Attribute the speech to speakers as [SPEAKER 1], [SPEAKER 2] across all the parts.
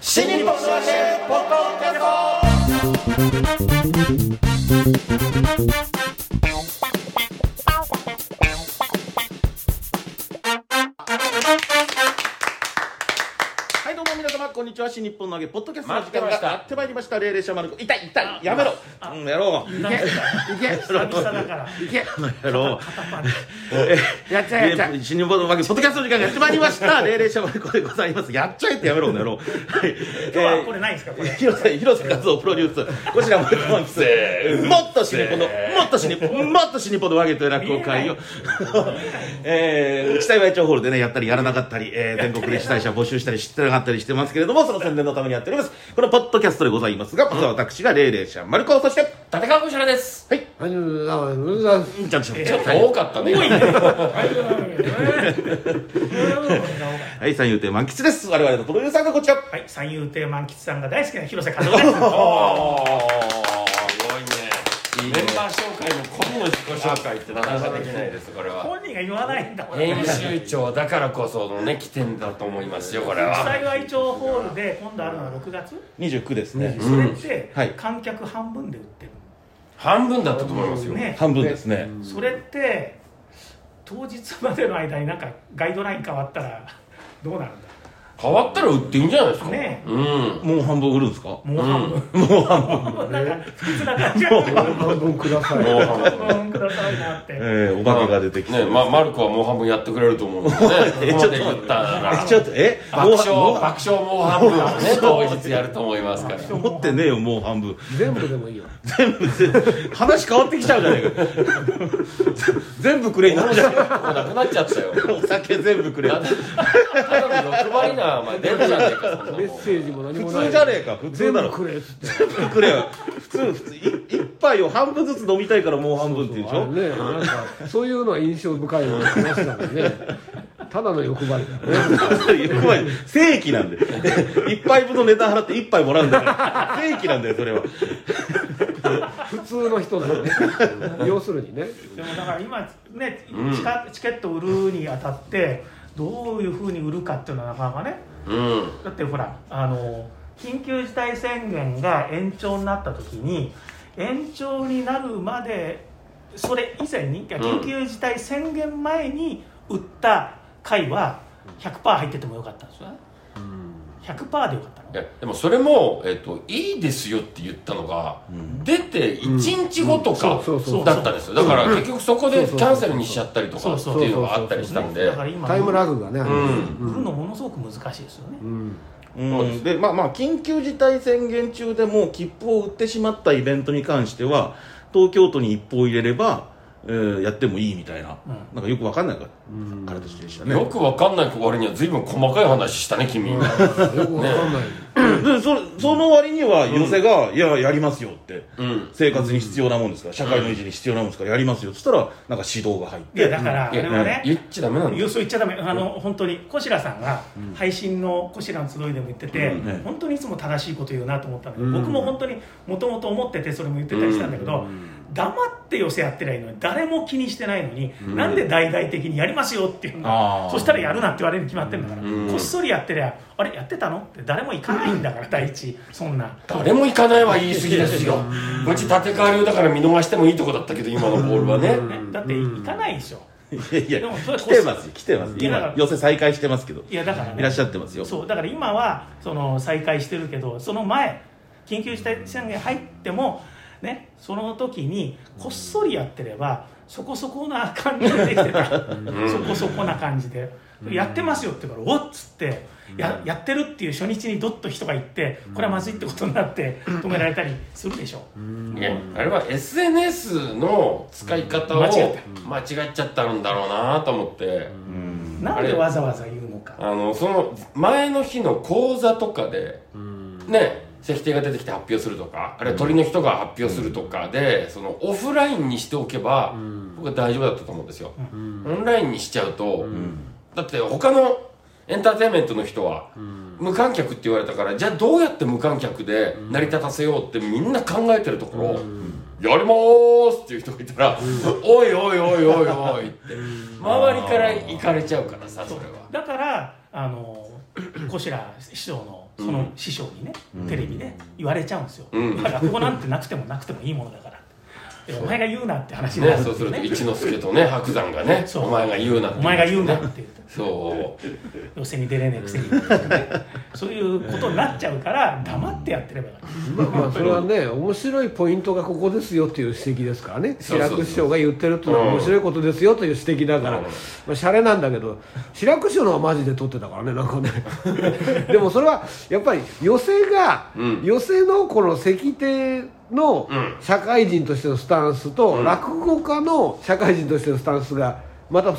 [SPEAKER 1] 新日本の教えポッドキャストはいどうも皆様こんにちは新日本の揚げポッドキャストの時間がやってまいりました霊霊者丸子痛い痛いやめろうんやろう
[SPEAKER 2] いけいけ
[SPEAKER 1] や
[SPEAKER 3] 久々だから
[SPEAKER 2] いけ
[SPEAKER 1] やろう
[SPEAKER 2] やっちゃえやっちゃえ
[SPEAKER 1] で新日本のわけポッドキャストの時間がやってまいりま した霊霊者丸子でございますやっちゃえってやめろこの野郎はい
[SPEAKER 3] 今日はこれないんですかこれ
[SPEAKER 1] 広瀬広瀬和夫プロデュースこちらも本日もっと死にぽのもっと死にぽもっと死にぽのわげという落語 会をえー、地帯和町ホールでねやったりやらなかったり、え ー全国で被災者募集したり知ってなかったりしてますけれどもその宣伝のためにやっておりますこのポッドキャストでございますがまずは私が霊霊者丸子そしては
[SPEAKER 4] 立川こしらです。
[SPEAKER 1] い
[SPEAKER 2] あのあの
[SPEAKER 1] ちゃんとし
[SPEAKER 4] ちょ
[SPEAKER 1] て
[SPEAKER 4] っと多かったね。多いね。
[SPEAKER 1] はい三遊亭満喫です我々のプロデューサーがこちら
[SPEAKER 3] はい三遊亭満喫さんが大好きな広瀬和夫で すおー
[SPEAKER 4] すごいね。メンバー紹介のこの自己紹介ってなかなかできないです。これは。
[SPEAKER 3] 本人が言わないんだもん
[SPEAKER 4] 編集長だからこそのね起点だと思いますよ。これは。
[SPEAKER 3] 幸い町ホールで今度あるのは6月
[SPEAKER 1] 29ですね
[SPEAKER 3] それって
[SPEAKER 1] はい
[SPEAKER 3] 観客半分で売って
[SPEAKER 4] 半分だったと思います
[SPEAKER 3] る
[SPEAKER 4] よ。
[SPEAKER 3] ね
[SPEAKER 1] 半分ですね
[SPEAKER 3] それって当日までの間になんかガイドライン変わったらどうなるんだ
[SPEAKER 4] 変わったら売っていいんじゃないですか。
[SPEAKER 3] ね
[SPEAKER 4] うん。
[SPEAKER 1] もう半分売るんですか
[SPEAKER 3] もう半分もう半分 なんか複雑な感じが
[SPEAKER 2] 半分ください
[SPEAKER 4] もう半分。
[SPEAKER 3] ごめんくださいなって
[SPEAKER 1] えー、お化けが出てきて、
[SPEAKER 4] ね、まマルコはもう半分やってくれると思うんですね。
[SPEAKER 1] え
[SPEAKER 4] こ
[SPEAKER 1] ちょ
[SPEAKER 4] こ
[SPEAKER 1] っと
[SPEAKER 4] まで言ったら
[SPEAKER 1] え。ちょっとえ
[SPEAKER 4] 爆笑
[SPEAKER 1] もう
[SPEAKER 4] 爆笑もう半分はね当日やると思いますから。
[SPEAKER 1] 持ってねえよもう半分
[SPEAKER 2] 全部でもいいよ
[SPEAKER 1] 話変わってきちゃうじゃねえか 全部くれになるじゃん
[SPEAKER 4] もうなくなっちゃ ったよ。
[SPEAKER 1] お酒全部くれ
[SPEAKER 4] ただただの欲張りなお前出るじゃねえかそんなもん
[SPEAKER 2] メッセージも何
[SPEAKER 1] 普
[SPEAKER 2] もない
[SPEAKER 1] 通じゃねえか普通
[SPEAKER 2] 全
[SPEAKER 1] だ
[SPEAKER 2] 部
[SPEAKER 1] ろ
[SPEAKER 2] くれっつって
[SPEAKER 1] 全部くれよ普通普通い一杯を半分ずつ飲みたいからもう半分って言うでし
[SPEAKER 2] あ
[SPEAKER 1] ょ
[SPEAKER 2] れねなんかそういうのは印象深いの話だもんねただの欲張りだね
[SPEAKER 1] 欲張り正規なんで一杯分の値段払って一杯もらうんだから正規なんだよそれは
[SPEAKER 2] 普通の人だよね要するにね
[SPEAKER 3] でもだから今ね、チカチケット売るにあたってどういうふうに売るかっていうのはなかなかね
[SPEAKER 4] うん。
[SPEAKER 3] だってほらあの緊急事態宣言が延長になった時に延長になるまでそれ以前にいや
[SPEAKER 4] うん
[SPEAKER 3] 緊急事態宣言前に売った回は100%入っててもよかったんですよね100%でよかったの
[SPEAKER 4] いやでもそれも、えっといいですよって言ったのが、出て1日後と
[SPEAKER 2] うん
[SPEAKER 4] か
[SPEAKER 2] そうそうそう
[SPEAKER 4] だったんですよだから結局そこ
[SPEAKER 2] そう
[SPEAKER 4] でキ
[SPEAKER 2] そうそう
[SPEAKER 4] ャンセルにしちゃったりとかって
[SPEAKER 3] そうそう
[SPEAKER 4] いうのがあったりしたんで
[SPEAKER 3] だから今
[SPEAKER 2] タイムラグがね
[SPEAKER 4] うん
[SPEAKER 3] 売るのものすごく難しいですよね、
[SPEAKER 2] うん
[SPEAKER 1] うん、でまあまあ緊急事態宣言中でもう切符を売ってしまったイベントに関しては東京都に一報を入れれば、えーやってもいいみたいな、
[SPEAKER 3] うん
[SPEAKER 1] なんかよくわかんないから、からとしてでしたね
[SPEAKER 4] よくわかんない割には随分細かい話したね君、
[SPEAKER 2] よくわかんない
[SPEAKER 1] でそその割には寄せが「いややりますよ」って、
[SPEAKER 4] うん
[SPEAKER 1] 生活に必要なもんですから社会の維持に必要なもんですからやりますよっつったらなんか指導が入っ
[SPEAKER 3] いや
[SPEAKER 1] て
[SPEAKER 3] だからあ
[SPEAKER 4] い
[SPEAKER 3] れは
[SPEAKER 4] や、
[SPEAKER 3] ね
[SPEAKER 4] 言っちゃダメなんだ
[SPEAKER 3] 予
[SPEAKER 4] よ
[SPEAKER 3] 想言っちゃダメあの、本当に小白さんが配信の「小白の集い」でも言ってて、
[SPEAKER 1] うんね
[SPEAKER 3] 本当にいつも正しいこと言うなと思ったんだけど、
[SPEAKER 2] うん
[SPEAKER 3] 僕も本当にもともと思っててそれも言ってたりしたんだけど、黙って寄せやってりゃいいのに誰も気にしてないのに、なんで大々的にやりますよっていうの
[SPEAKER 1] あー
[SPEAKER 3] がそしたらやるなって言われるに決まってるんだから、
[SPEAKER 4] うん
[SPEAKER 3] こっそりやってりゃあれやってたのって誰も行かないんだから第一そんな
[SPEAKER 4] 誰も行かないは言い過ぎですようち立川流だから見逃してもいいとこだったけど今のボールはね
[SPEAKER 3] ねだって行かないでしょ、
[SPEAKER 1] いやい
[SPEAKER 3] で
[SPEAKER 1] や
[SPEAKER 3] もそれ
[SPEAKER 1] 来てますよ来てます
[SPEAKER 3] いやだか
[SPEAKER 1] 今
[SPEAKER 3] ら
[SPEAKER 1] 寄せ再開してますけど
[SPEAKER 3] いやだから、ね、
[SPEAKER 1] いらっしゃってますよ
[SPEAKER 3] そうだから今はその再開してるけどその前緊急事態宣言入ってもねその時にこっそりやってればそこそこな感じでできてたそこそこな感じでやってますよって言うから「おっ!」っつってややってるっていう初日にどっと人が行ってこれはまずいってことになって止められたりするでしょ
[SPEAKER 4] いやあれは SNS の使い方を
[SPEAKER 3] 間
[SPEAKER 4] 間
[SPEAKER 3] 違え
[SPEAKER 4] 違っちゃったんだろうなと思って、
[SPEAKER 3] なんでわざわざ言うのか
[SPEAKER 4] あのその前の日の講座とかで、ね石定が出てきて発表するとかあるいは鳥の人が発表するとかで、そのオフラインにしておけば、僕は大丈夫だったと思うんですよ、オンラインにしちゃうと、だって他のエンターテインメントの人は、無観客って言われたからじゃあどうやって無観客で成り立たせようってみんな考えてるところ、やりまーすっていう人がいたら、 おいおいおいおいおいって周りから行かれちゃうからさそれは。
[SPEAKER 3] だからあの小白師匠のその師匠にね、テレビで言われちゃうんですよ、
[SPEAKER 4] うん
[SPEAKER 3] まあ学校なんてなくてもなくてもいいものだからってでお前が言うなって話にな
[SPEAKER 4] ね
[SPEAKER 3] るん
[SPEAKER 4] そう
[SPEAKER 3] です
[SPEAKER 4] す
[SPEAKER 3] よ
[SPEAKER 4] ると
[SPEAKER 3] ね
[SPEAKER 4] 一之輔とね白山がね
[SPEAKER 3] そう
[SPEAKER 4] お前が言うな
[SPEAKER 3] お前が言うなって
[SPEAKER 4] ね
[SPEAKER 3] 言うと
[SPEAKER 4] そう
[SPEAKER 3] 寄せに出れねえくせに、ね、そういうことになっちゃうから黙ってやってればよかった
[SPEAKER 2] まあまあそれはね面白いポイントがここですよっていう指摘ですからね
[SPEAKER 4] そうそうそ
[SPEAKER 2] 志
[SPEAKER 4] う
[SPEAKER 2] らく師匠が言ってるっていうのは面白いことですよという指摘だから
[SPEAKER 4] うん
[SPEAKER 2] まあシャレなんだけど志らく師匠のはマジで取ってたからねなんか ねでもそれはやっぱり寄席が、
[SPEAKER 4] うん
[SPEAKER 2] 寄席のこの石亭の
[SPEAKER 4] うん
[SPEAKER 2] 社会人としてのスタンスと、
[SPEAKER 4] うん
[SPEAKER 2] 落語家の社会人としてのスタンスがまた違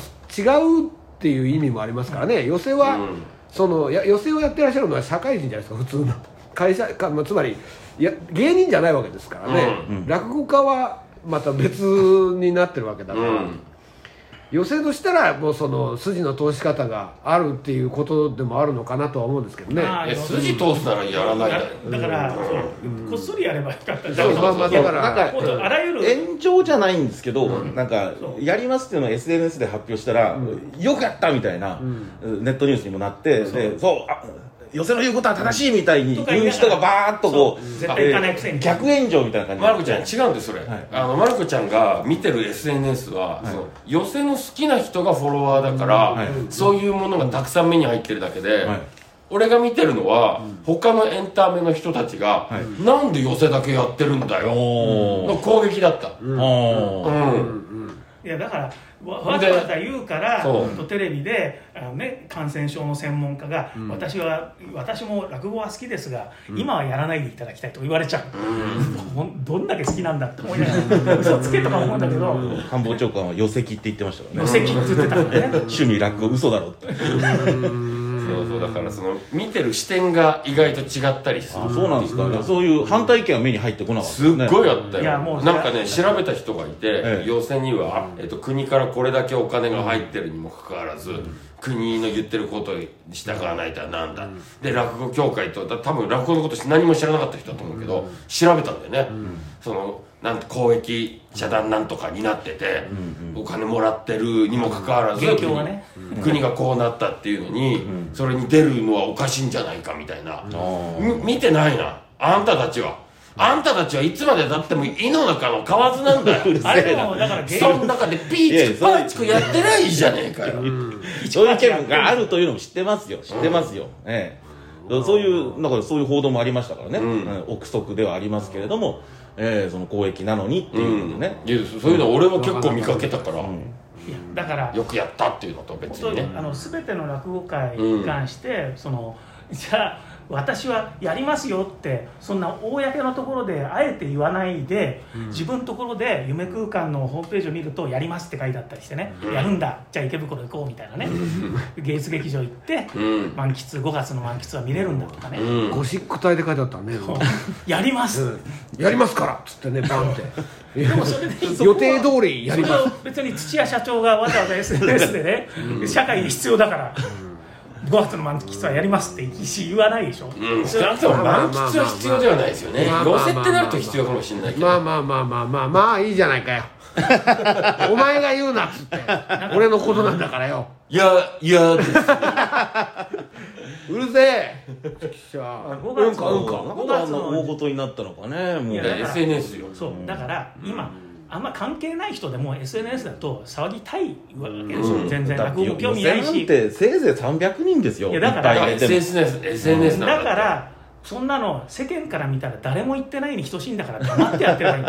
[SPEAKER 2] うっていう意味もありますからね寄席は、
[SPEAKER 4] うん
[SPEAKER 2] そのや寄席をやってらっしゃるのは社会人じゃないですか普通の会社か、まあ、つまりいや芸人じゃないわけですからね、落語家はまた別になってるわけだか
[SPEAKER 4] う
[SPEAKER 2] ら、
[SPEAKER 4] ん
[SPEAKER 2] 寄席としたらもうその筋の通し方があるっていうことでもあるのかなとは思うんですけどね
[SPEAKER 3] あー
[SPEAKER 4] え筋通すならやらないだよ
[SPEAKER 3] だから、そうこっそりやればよかっただ
[SPEAKER 2] そうまあまあだから
[SPEAKER 1] なんか
[SPEAKER 3] もっとあらゆる
[SPEAKER 1] 炎上じゃないんですけど、なんかやりますっていうのを SNS で発表したら、よかったみたいな、ネットニュースにもなってでそうあ寄せの言うことは正しいみたいに
[SPEAKER 3] とか言い
[SPEAKER 1] 言う
[SPEAKER 3] ながら
[SPEAKER 1] 人がバーッとこう
[SPEAKER 3] そう絶対行かないくせに
[SPEAKER 1] えー逆炎上みたいな感じ
[SPEAKER 4] マルコちゃん
[SPEAKER 1] ん
[SPEAKER 4] 違うんですそれ、
[SPEAKER 1] はい
[SPEAKER 4] あのマルコちゃんが見てる SNS は、その寄せの好きな人がフォロワーだから、
[SPEAKER 1] はい
[SPEAKER 4] そういうものがたくさん目に入ってるだけで、
[SPEAKER 1] はい
[SPEAKER 4] 俺が見てるのは、他のエンタメの人たちが、
[SPEAKER 1] はい
[SPEAKER 4] なんで寄せだけやってるんだよ、の攻撃だった、うん
[SPEAKER 3] いやだからわわざわざ言うから
[SPEAKER 4] そう
[SPEAKER 3] とテレビであの、ね、感染症の専門家が、私は私も落語は好きですが、今はやらないでいただきたいと言われちゃう、ほんどんだけ好きなんだって思いながら嘘つけとか思うんだけど
[SPEAKER 1] 官房長官は寄席って言ってましたから
[SPEAKER 3] 無
[SPEAKER 1] ね
[SPEAKER 3] 責って言ってたもんね
[SPEAKER 1] 趣味落語嘘だろって
[SPEAKER 4] そうそうだからその見てる視点が意外と違ったりする
[SPEAKER 1] そうなんですか、そういう反対意見は目に入ってこなかった
[SPEAKER 4] すっごいあったよ、
[SPEAKER 3] いやもう
[SPEAKER 4] なんかね調べた人がいて、
[SPEAKER 1] ええ
[SPEAKER 4] 要請には、えっと、国からこれだけお金が入ってるにもかかわらず、国の言ってることに従わないとはなんだ、で落語協会とだ多分落語のことし何も知らなかった人だと思うけど、調べたんだよね、そのなん公益社団なんとかになってて、お金もらってるにもかかわらず
[SPEAKER 3] 現況がね
[SPEAKER 4] 国国がこうなったっていうのに、それに出るのはおかしいんじゃないかみたいな、み見てないなあんたたちはあんたたちはいつまでたっても井の中の蛙なんだよ
[SPEAKER 3] あれでもだから芸
[SPEAKER 4] その中でピーチクパーチクやってないじゃねえかよ
[SPEAKER 1] そういう意見があるというのも知ってますよ知ってますよ、ええ、そういうだからそういう報道もありましたからね、
[SPEAKER 4] ん
[SPEAKER 1] ええ憶測ではありますけれども、ええ、その公益なのにっていうのでね、
[SPEAKER 4] いやそういうの俺は結構見かけたか
[SPEAKER 3] い
[SPEAKER 4] ら、
[SPEAKER 3] やだから
[SPEAKER 4] よくやったっていうのと別
[SPEAKER 3] そ
[SPEAKER 4] に
[SPEAKER 3] う
[SPEAKER 4] ね
[SPEAKER 3] あの全ての落語界に関して、その じゃあ私はやりますよってそんな公のところであえて言わないで、自分のところで夢空間のホームページを見るとやりますって書いてあったりしてね、やるんだじゃあ池袋行こうみたいなね、芸術劇場行って、
[SPEAKER 4] うん
[SPEAKER 3] 満喫5月の満喫は見れるんだとかね、
[SPEAKER 4] うん
[SPEAKER 2] ゴシック体で書いてあったね、
[SPEAKER 3] そうやります、
[SPEAKER 2] うんやりますからっつってねバンって
[SPEAKER 3] でもそれでいい
[SPEAKER 2] 予定通りやります
[SPEAKER 3] そこは別に土屋社長がわざわざ SNS でね、社会に必要だから、5月の満喫はやりますって言わないでしょ、
[SPEAKER 4] うん少なくとも満喫は必要ではないですよね
[SPEAKER 2] まあまあ
[SPEAKER 4] 寄
[SPEAKER 2] まあ
[SPEAKER 4] せってなると必要かもしれないけど、
[SPEAKER 2] まあまあまあまあまあまあいいじゃないかよお前が言うなっつって俺のことなんだからよ
[SPEAKER 4] いやいやです
[SPEAKER 2] うるせえよゃ
[SPEAKER 3] 5月
[SPEAKER 1] な
[SPEAKER 3] の
[SPEAKER 1] んかなんであんな大事になったのかねもう
[SPEAKER 3] いや
[SPEAKER 4] いや SNS よ
[SPEAKER 3] そうだから今、あんま関係ない人でも SNS だと騒ぎたいわけでしょ、全然
[SPEAKER 1] だっ
[SPEAKER 3] 落
[SPEAKER 1] て
[SPEAKER 3] 語
[SPEAKER 1] 予
[SPEAKER 3] 興味な
[SPEAKER 1] 選
[SPEAKER 3] い
[SPEAKER 1] なん
[SPEAKER 3] して
[SPEAKER 1] せいぜい300人ですよ
[SPEAKER 3] い
[SPEAKER 1] い
[SPEAKER 3] や
[SPEAKER 1] っ
[SPEAKER 3] だから
[SPEAKER 1] ぱい
[SPEAKER 4] だから
[SPEAKER 1] 入れても
[SPEAKER 4] SNS SNS
[SPEAKER 3] だ
[SPEAKER 4] なんだって
[SPEAKER 3] からそんなの世間から見たら誰も言ってないに等しいんだから黙ってやってればいい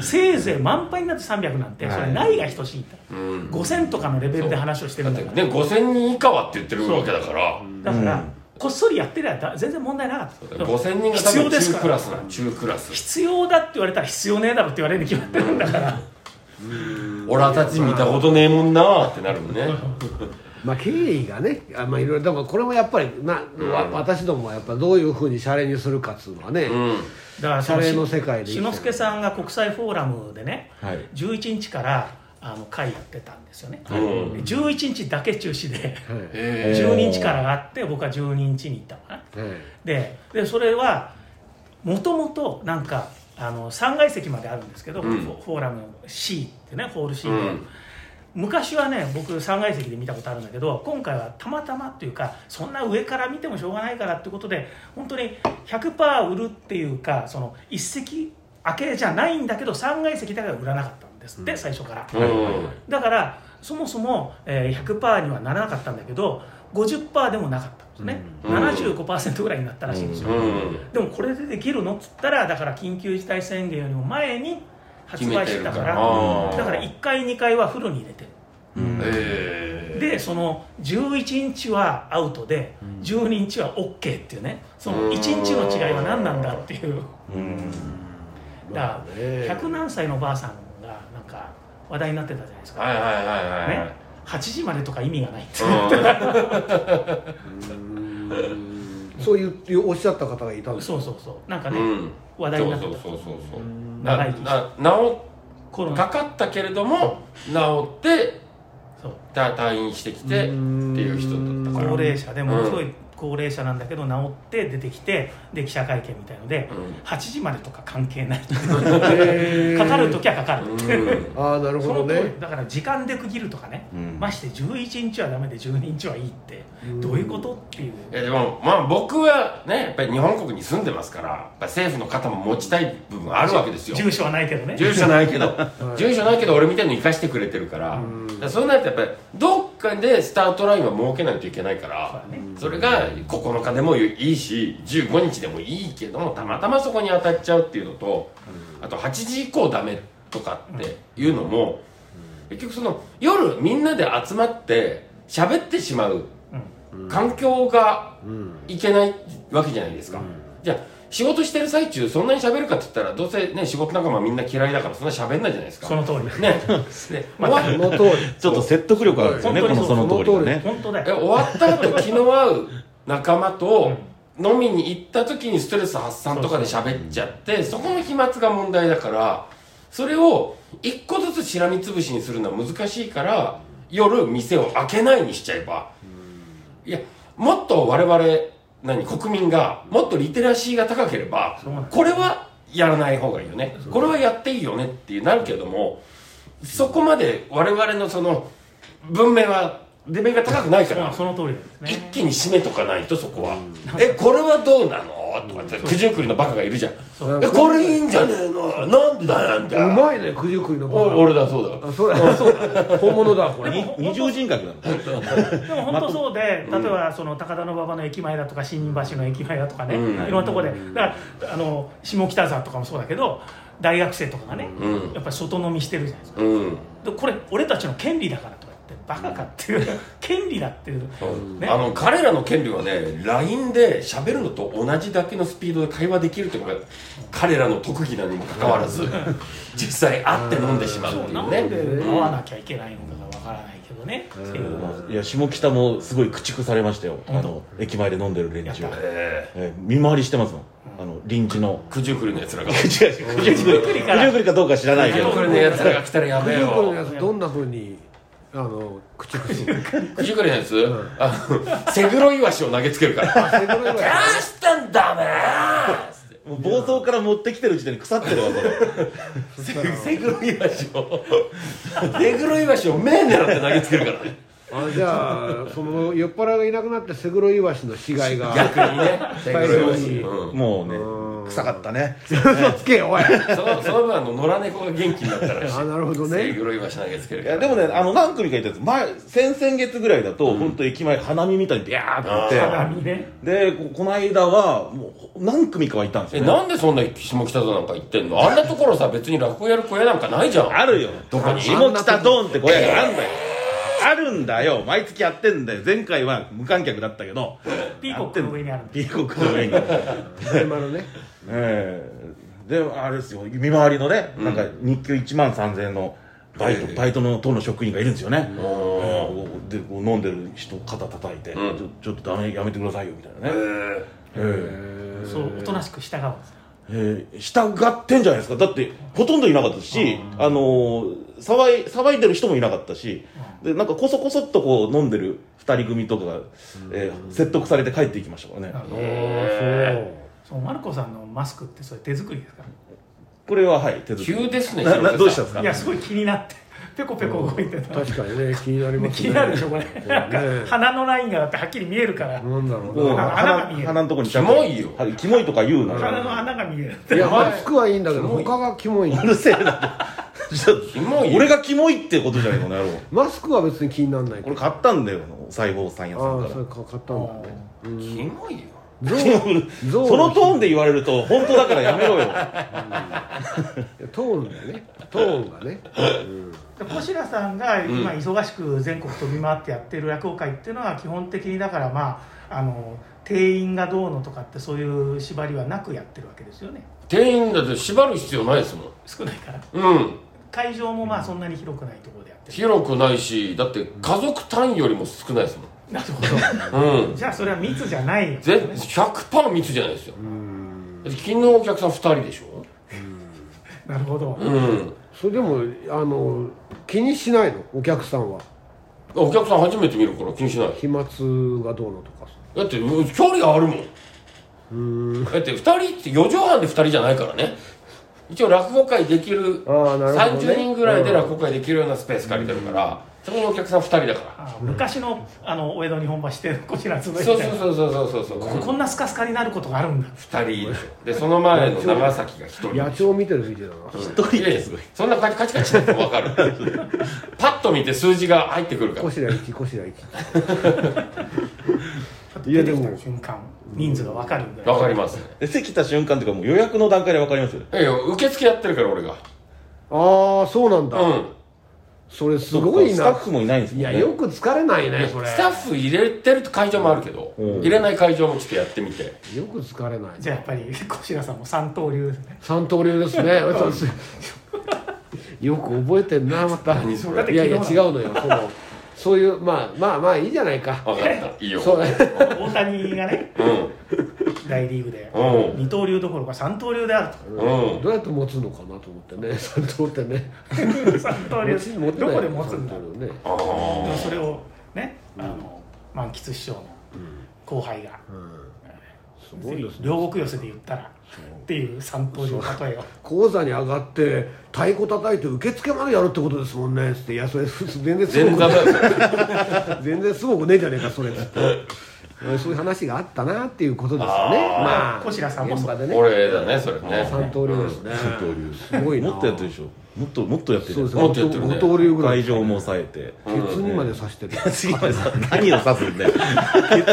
[SPEAKER 3] せいぜい満杯になって300なんてそれないが等しいんだ、
[SPEAKER 4] うん
[SPEAKER 3] 5000とかのレベルで話をしてる
[SPEAKER 4] だっ
[SPEAKER 3] んだ
[SPEAKER 4] て
[SPEAKER 3] から
[SPEAKER 4] ね5000人以下はって言ってるわけだから
[SPEAKER 3] だから、
[SPEAKER 1] うん
[SPEAKER 3] こっそりやってりゃだ全然問題なかった
[SPEAKER 4] 5000人が多
[SPEAKER 3] 必要
[SPEAKER 4] 分
[SPEAKER 3] です
[SPEAKER 4] 中
[SPEAKER 3] か
[SPEAKER 4] ク
[SPEAKER 3] ら
[SPEAKER 4] ラスな中クラス
[SPEAKER 3] 必要だって言われたら必要ねえだろって言われるに決まってるんだから
[SPEAKER 4] 俺たち見たことねえもんなーってなるもんね
[SPEAKER 2] まあ経緯がねあまあいろいろだからこれもやっぱりな、わ私どもはやっぱどういうふうにシャレにするかっつうのはね、
[SPEAKER 4] うん
[SPEAKER 3] だから
[SPEAKER 2] シャレの世界で
[SPEAKER 3] 志の輔さんが国際フォーラムでね、
[SPEAKER 1] はい
[SPEAKER 3] 11日からあの会やってたんですよね、
[SPEAKER 4] うん
[SPEAKER 3] 11日だけ中止で
[SPEAKER 2] はい
[SPEAKER 4] え
[SPEAKER 3] 12日からがあって僕は12日に行ったのかな
[SPEAKER 2] はい
[SPEAKER 3] ででそれはもともとなんかあの3階席まであるんですけど、
[SPEAKER 4] うん
[SPEAKER 3] フォフォーラム C ってねホール C で、
[SPEAKER 4] うん
[SPEAKER 3] 昔はね僕3階席で見たことあるんだけど今回はたまたまっていうかそんな上から見てもしょうがないからってことで本当に100%売るっていうかその一席明けじゃないんだけど3階席だから売らなかったんですって、最初から、
[SPEAKER 4] う
[SPEAKER 3] だからそもそも、えー100%にはならなかったんだけど50%でもなかったんですね、
[SPEAKER 4] うん
[SPEAKER 3] 75%ぐらいになったらしいんですよ、
[SPEAKER 4] んうん
[SPEAKER 3] でもこれでできるのっつったらだから緊急事態宣言よりも前に発売してたから
[SPEAKER 4] 決めてるからあー
[SPEAKER 3] だから1回2回はフルに入れて
[SPEAKER 4] え
[SPEAKER 3] る
[SPEAKER 4] え
[SPEAKER 3] でその11日はアウトで12日は OK っていうねその1日の違いは何なんだっていうだか
[SPEAKER 2] まあね
[SPEAKER 3] ら100何歳のばあさんがなんか話題になってたじゃないです
[SPEAKER 4] はい
[SPEAKER 3] か、
[SPEAKER 4] はいはいはい、
[SPEAKER 3] ね、8時までとか意味がないって
[SPEAKER 2] そういういうおっしゃった方がいたんです
[SPEAKER 3] そうそうそうなんか
[SPEAKER 4] う
[SPEAKER 3] ね、
[SPEAKER 4] んうん
[SPEAKER 3] 話題になってた
[SPEAKER 4] そうそうそうそうそう
[SPEAKER 3] 長生きして
[SPEAKER 4] なな治
[SPEAKER 3] コロ
[SPEAKER 4] っ
[SPEAKER 3] ナ
[SPEAKER 4] かかったけれども治って
[SPEAKER 3] そう
[SPEAKER 4] た退院してきてっていう人だったから
[SPEAKER 3] 高齢者でも
[SPEAKER 4] う
[SPEAKER 3] の
[SPEAKER 4] ん
[SPEAKER 3] すごい高齢者なんだけど治って出てきてで記者会見みたいので、
[SPEAKER 4] うん
[SPEAKER 3] 8時までとか関係ない
[SPEAKER 2] へー
[SPEAKER 3] かかる時はかかる、
[SPEAKER 4] うん
[SPEAKER 2] ああなる
[SPEAKER 3] そ
[SPEAKER 2] ほど
[SPEAKER 3] の通
[SPEAKER 2] ね
[SPEAKER 3] りだから時間で区切るとかね、
[SPEAKER 1] うん
[SPEAKER 3] まして11日はダメで12日はいいってどういうことっていう
[SPEAKER 4] えでもまあ僕はねやっぱり日本国に住んでますからやっぱ政府の肩も持ちたい部分あるわけですよ
[SPEAKER 3] 住所はないけどね
[SPEAKER 4] 住所ないけど、
[SPEAKER 2] い
[SPEAKER 4] 住所ないけど俺みたいに生かしてくれてるから,、だからそうなるとやっぱりどっかでスタートラインは設けないといけないから
[SPEAKER 3] そうだね
[SPEAKER 4] それが9日でもいいし15日でもいいけどもたまたまそこに当たっちゃうっていうのとあと8時以降ダメとかっていうのも結局その夜みんなで集まって喋ってしまう環境がいけないわけじゃないですか、じゃあ仕事してる最中そんなに喋るかって言ったらどうせね仕事仲間みんな嫌いだからそんな喋んないじゃないですか
[SPEAKER 3] その通り
[SPEAKER 4] ね ね、まあ、
[SPEAKER 2] そ
[SPEAKER 4] え
[SPEAKER 2] の通り
[SPEAKER 1] ちょっと説得力あるんですよね、
[SPEAKER 3] そ
[SPEAKER 1] こ
[SPEAKER 3] う
[SPEAKER 1] のその通りがね。
[SPEAKER 3] 本当だよ
[SPEAKER 4] 終わった後気の合う仲間と飲みに行った時にストレス発散とかで喋っちゃってそこの飛沫が問題だからそれを一個ずつしらみつぶしにするのは難しいから夜店を開けないにしちゃえばいやもっと我々何国民がもっとリテラシーが高ければ
[SPEAKER 3] うなんです
[SPEAKER 4] これはやらない方がいいよねこれはやっていいよねってなるけどもそこまで我々のその文明はレベルが高くないか
[SPEAKER 3] まあ
[SPEAKER 4] ら
[SPEAKER 3] その通りなんです
[SPEAKER 4] 一
[SPEAKER 3] ね
[SPEAKER 4] 気に締めとかないとそこはえこれはどうなのとかって九十九里のバカがいるじゃんえこれいいんじゃねえのなんでだなん
[SPEAKER 2] う
[SPEAKER 4] だ
[SPEAKER 2] まいね九十九里の
[SPEAKER 4] お
[SPEAKER 2] バ
[SPEAKER 4] 俺だそうだ
[SPEAKER 2] カあそれそう本物だこれ
[SPEAKER 1] に二重人格なの。
[SPEAKER 3] でも本当そうで、例えばその高田馬場の駅前だとか新橋の駅前だとかね、
[SPEAKER 4] うん
[SPEAKER 3] いろんなところでだからあの下北沢とかもそうだけど大学生とかがね、
[SPEAKER 4] うん
[SPEAKER 3] やっぱり外飲みしてるじゃないですか
[SPEAKER 4] うん
[SPEAKER 3] でこれ俺たちの権利だからとか言ってバカかっていう権利だっていうね
[SPEAKER 4] あの彼らの権利はね LINE で喋るのと同じだけのスピードで会話できるというのが彼らの特技なのにもかかわらず実際会って飲んでしまうっていう
[SPEAKER 3] なん
[SPEAKER 4] ね
[SPEAKER 3] で会わなきゃいけないのかがわからないけどね、っていう
[SPEAKER 1] いや下北もすごい駆逐されましたよ、あの駅前で飲んでる連中、えー見回りしてますもん、あの臨時 の
[SPEAKER 4] 九十九里のやつらが
[SPEAKER 1] 違う違う九十九里
[SPEAKER 3] から
[SPEAKER 1] 九十九里かどうか知らない
[SPEAKER 4] 九
[SPEAKER 1] け
[SPEAKER 4] 十
[SPEAKER 1] ど
[SPEAKER 4] 九里のやつらが来たらやべえ
[SPEAKER 2] 九十九里の
[SPEAKER 4] よ
[SPEAKER 2] やつどんなふうにあの駆逐する の
[SPEAKER 4] 九十九里のやつ、あのセグロイワシを投げつけるから「
[SPEAKER 2] セグロイワシ
[SPEAKER 4] どうしたんだめ!」
[SPEAKER 1] もう暴走から持ってきてる時点で腐ってるわそれ
[SPEAKER 4] セグロイワシをセグロイワシを目狙って投げつけるからね
[SPEAKER 2] あじゃあその酔っ払いがいなくなってセグロイワシの死骸が
[SPEAKER 4] 逆にねセグロイワシ、 うん
[SPEAKER 1] もうね臭かったね
[SPEAKER 2] 嘘つけおい あ
[SPEAKER 4] そのその分あの野良猫が元気になったらしい
[SPEAKER 2] なるほど
[SPEAKER 4] セ
[SPEAKER 2] ね
[SPEAKER 4] グロイワシ投げつける
[SPEAKER 1] い
[SPEAKER 4] から
[SPEAKER 1] やでもねあの何組かいたやつ前先々月ぐらいだと、本当駅前花見みたいにビャーって
[SPEAKER 3] 花
[SPEAKER 1] や
[SPEAKER 3] 見ね
[SPEAKER 1] ってでここの間はもう何組かはいたんです
[SPEAKER 4] え
[SPEAKER 1] よ、ね、
[SPEAKER 4] なんでそんな下北沢なんか行ってんのあんなところさ別に落語やる小屋なんかないじゃん
[SPEAKER 1] あるよ
[SPEAKER 4] どこに
[SPEAKER 1] 下北ドーンって小屋があるんだよあるんだよ毎月やってんだよ前回は無観客だったけど
[SPEAKER 3] ピーコックの上にあるんだ
[SPEAKER 1] ピーコックの上に
[SPEAKER 2] 車のね
[SPEAKER 1] ええであれですよ見回りのね、なんか日給1万3000円のバイト、
[SPEAKER 4] ええ
[SPEAKER 1] バイトの党の職員がいるんですよね、ええでこう飲んでる人肩叩いて、
[SPEAKER 4] うん
[SPEAKER 1] ちょ「ちょっとダメやめてくださいよ」みたいな
[SPEAKER 4] え
[SPEAKER 1] ね、
[SPEAKER 4] ー
[SPEAKER 1] え
[SPEAKER 3] そうおとなしく従うんですよ
[SPEAKER 1] えええ従ってんじゃないですかだってほとんどいなかったし、あのー騒い騒いでる人もいなかったし、でなんかこそこそっとこう飲んでる2人組とかが、ええ説得されて帰っていきましたからね、
[SPEAKER 3] そうマルコさんのマスクってそれ手作りですか
[SPEAKER 1] これははい手作り
[SPEAKER 4] 急ですね
[SPEAKER 1] ななどうしたんです
[SPEAKER 4] ん
[SPEAKER 1] すか
[SPEAKER 3] いやすごい気になってペコペコ動いてた、
[SPEAKER 2] 確かにね気になりますね
[SPEAKER 3] 気になるでしょこれ、なん
[SPEAKER 2] ね
[SPEAKER 3] か鼻のラインがだってはっきり見えるから、
[SPEAKER 2] なんだろう
[SPEAKER 1] もう
[SPEAKER 2] な
[SPEAKER 3] 鼻が
[SPEAKER 1] 鼻
[SPEAKER 3] 見える
[SPEAKER 1] 鼻のとこにちゃん
[SPEAKER 4] キ
[SPEAKER 1] と
[SPEAKER 4] モいよ
[SPEAKER 1] はキモいとか言うな
[SPEAKER 3] 鼻の穴が見える
[SPEAKER 2] いやマスクはいいんだけど他がキモいう
[SPEAKER 1] るせえなちょっ
[SPEAKER 4] キ
[SPEAKER 1] と
[SPEAKER 4] モいよ
[SPEAKER 1] 俺がキモいってことじゃないのこの野郎
[SPEAKER 2] マスクは別に気にならないけ
[SPEAKER 1] こ
[SPEAKER 2] ど
[SPEAKER 1] れ買ったんだよお裁縫さん屋さ
[SPEAKER 2] ああ
[SPEAKER 1] ん
[SPEAKER 2] そ
[SPEAKER 1] か
[SPEAKER 2] れ
[SPEAKER 1] ら
[SPEAKER 2] か買ったんだね
[SPEAKER 4] キモいよ
[SPEAKER 2] ゾウゾウ
[SPEAKER 1] そのトーンで言われると本当だからやめろよ
[SPEAKER 2] トーンだよねトーンがね、うん
[SPEAKER 3] で小白さんが今忙しく全国飛び回ってやってる落語会っていうのは基本的にだからまああの定員がどうのとかってそういう縛りはなくやってるわけですよね
[SPEAKER 4] 店員だって縛る必要ないですもん
[SPEAKER 3] 少ないから
[SPEAKER 4] うん
[SPEAKER 3] 会場もまあそんなに広くないところでやってる
[SPEAKER 4] 広くないしだって家族単位よりも少ないです
[SPEAKER 3] なるほど
[SPEAKER 4] もんうん
[SPEAKER 3] じゃあそれは密じゃないよね
[SPEAKER 4] ぜ100%密じゃないですよだって昨日お客さん2人でしょ
[SPEAKER 3] なるほど
[SPEAKER 4] うん
[SPEAKER 2] それでもあの気にしないのお客さんは
[SPEAKER 4] お客さん初めて見るから気にしない
[SPEAKER 2] 飛沫がどうのとか
[SPEAKER 4] だってう距離あるもんだって2人って4畳半で2人じゃないからね一応落語会できる
[SPEAKER 2] あーなるほどね
[SPEAKER 4] 30人ぐらいで落語会できるようなスペース借りてるからそこにお客さん2人だか
[SPEAKER 3] あ昔のあのお江戸日本橋ってこちらつぶ
[SPEAKER 4] ら
[SPEAKER 3] や
[SPEAKER 4] そう
[SPEAKER 3] い
[SPEAKER 4] そう
[SPEAKER 3] て
[SPEAKER 4] そうそうそうそうここ
[SPEAKER 3] こんなスカスカになることがあるんだ
[SPEAKER 4] 2人でしょでその前の長崎が1人
[SPEAKER 2] 野鳥見てるみたいだな
[SPEAKER 1] 一人
[SPEAKER 4] いやいやそんなカチカチカチって分かるパッと見て数字が入ってくるから
[SPEAKER 2] こしら1こしら1いや
[SPEAKER 3] 出て
[SPEAKER 2] でも
[SPEAKER 3] きた瞬間人数が分かるんだよ
[SPEAKER 4] 分かりますね
[SPEAKER 1] 出てきた瞬間っていうかもう予約の段階で分かりますよね
[SPEAKER 4] いやいや受付やってるから俺が
[SPEAKER 2] ああそうなんだ、
[SPEAKER 4] うん
[SPEAKER 2] それすごい
[SPEAKER 1] スタ
[SPEAKER 2] な
[SPEAKER 1] ッフもいないんですもん
[SPEAKER 2] いや
[SPEAKER 1] ね
[SPEAKER 2] よく疲れないねそれ
[SPEAKER 4] スタッフ入れてる会場もあるけど
[SPEAKER 1] うん
[SPEAKER 4] 入れない会場もちょっとやってみて
[SPEAKER 2] よく疲れない
[SPEAKER 3] じゃあやっぱり小白さんも三刀流ですね
[SPEAKER 2] 三刀流ですね私よく覚えてんなまた
[SPEAKER 4] 何それ
[SPEAKER 2] いやいや違うのよそのそういうまあまあまあいいじゃないか
[SPEAKER 4] 分かったいいよ
[SPEAKER 2] そう
[SPEAKER 3] 大谷が ね
[SPEAKER 4] う
[SPEAKER 3] 大リーグで
[SPEAKER 4] うん
[SPEAKER 3] 二刀流どころか三刀流である
[SPEAKER 4] んうん
[SPEAKER 2] どうやって持つのかなと思ってね 三刀ってね
[SPEAKER 3] と三刀流
[SPEAKER 2] 持ち持てない
[SPEAKER 3] どこで持つんだ
[SPEAKER 2] 三刀流ね
[SPEAKER 4] ああ
[SPEAKER 3] それをねあの満喫師匠の後輩が
[SPEAKER 2] すごいですね
[SPEAKER 3] 両国寄せで言ったらっていう三刀流の例えを
[SPEAKER 2] 講座に上がって太鼓叩いて受付までやるってことですもんねつって「いやそれす全然すご
[SPEAKER 4] 前
[SPEAKER 2] く
[SPEAKER 4] 座
[SPEAKER 2] ね
[SPEAKER 4] だよ
[SPEAKER 2] 全然すごくねえじゃねえかそれ」つってうんそういう話があったなっていうことですよね
[SPEAKER 4] あー
[SPEAKER 2] まあ
[SPEAKER 3] 小白さんも
[SPEAKER 2] 現場でね
[SPEAKER 4] 俺だねそれ
[SPEAKER 2] 三
[SPEAKER 4] ね
[SPEAKER 2] 刀流ですね
[SPEAKER 1] 二刀流
[SPEAKER 2] すごいな
[SPEAKER 1] もっとやってるでしょもっともっとやってる
[SPEAKER 2] そうです
[SPEAKER 4] もっとやってるね
[SPEAKER 2] 五刀流ぐらい
[SPEAKER 1] 会場も抑えて
[SPEAKER 2] ケツにまで刺してるケ
[SPEAKER 1] 次までさ何を指すんだよ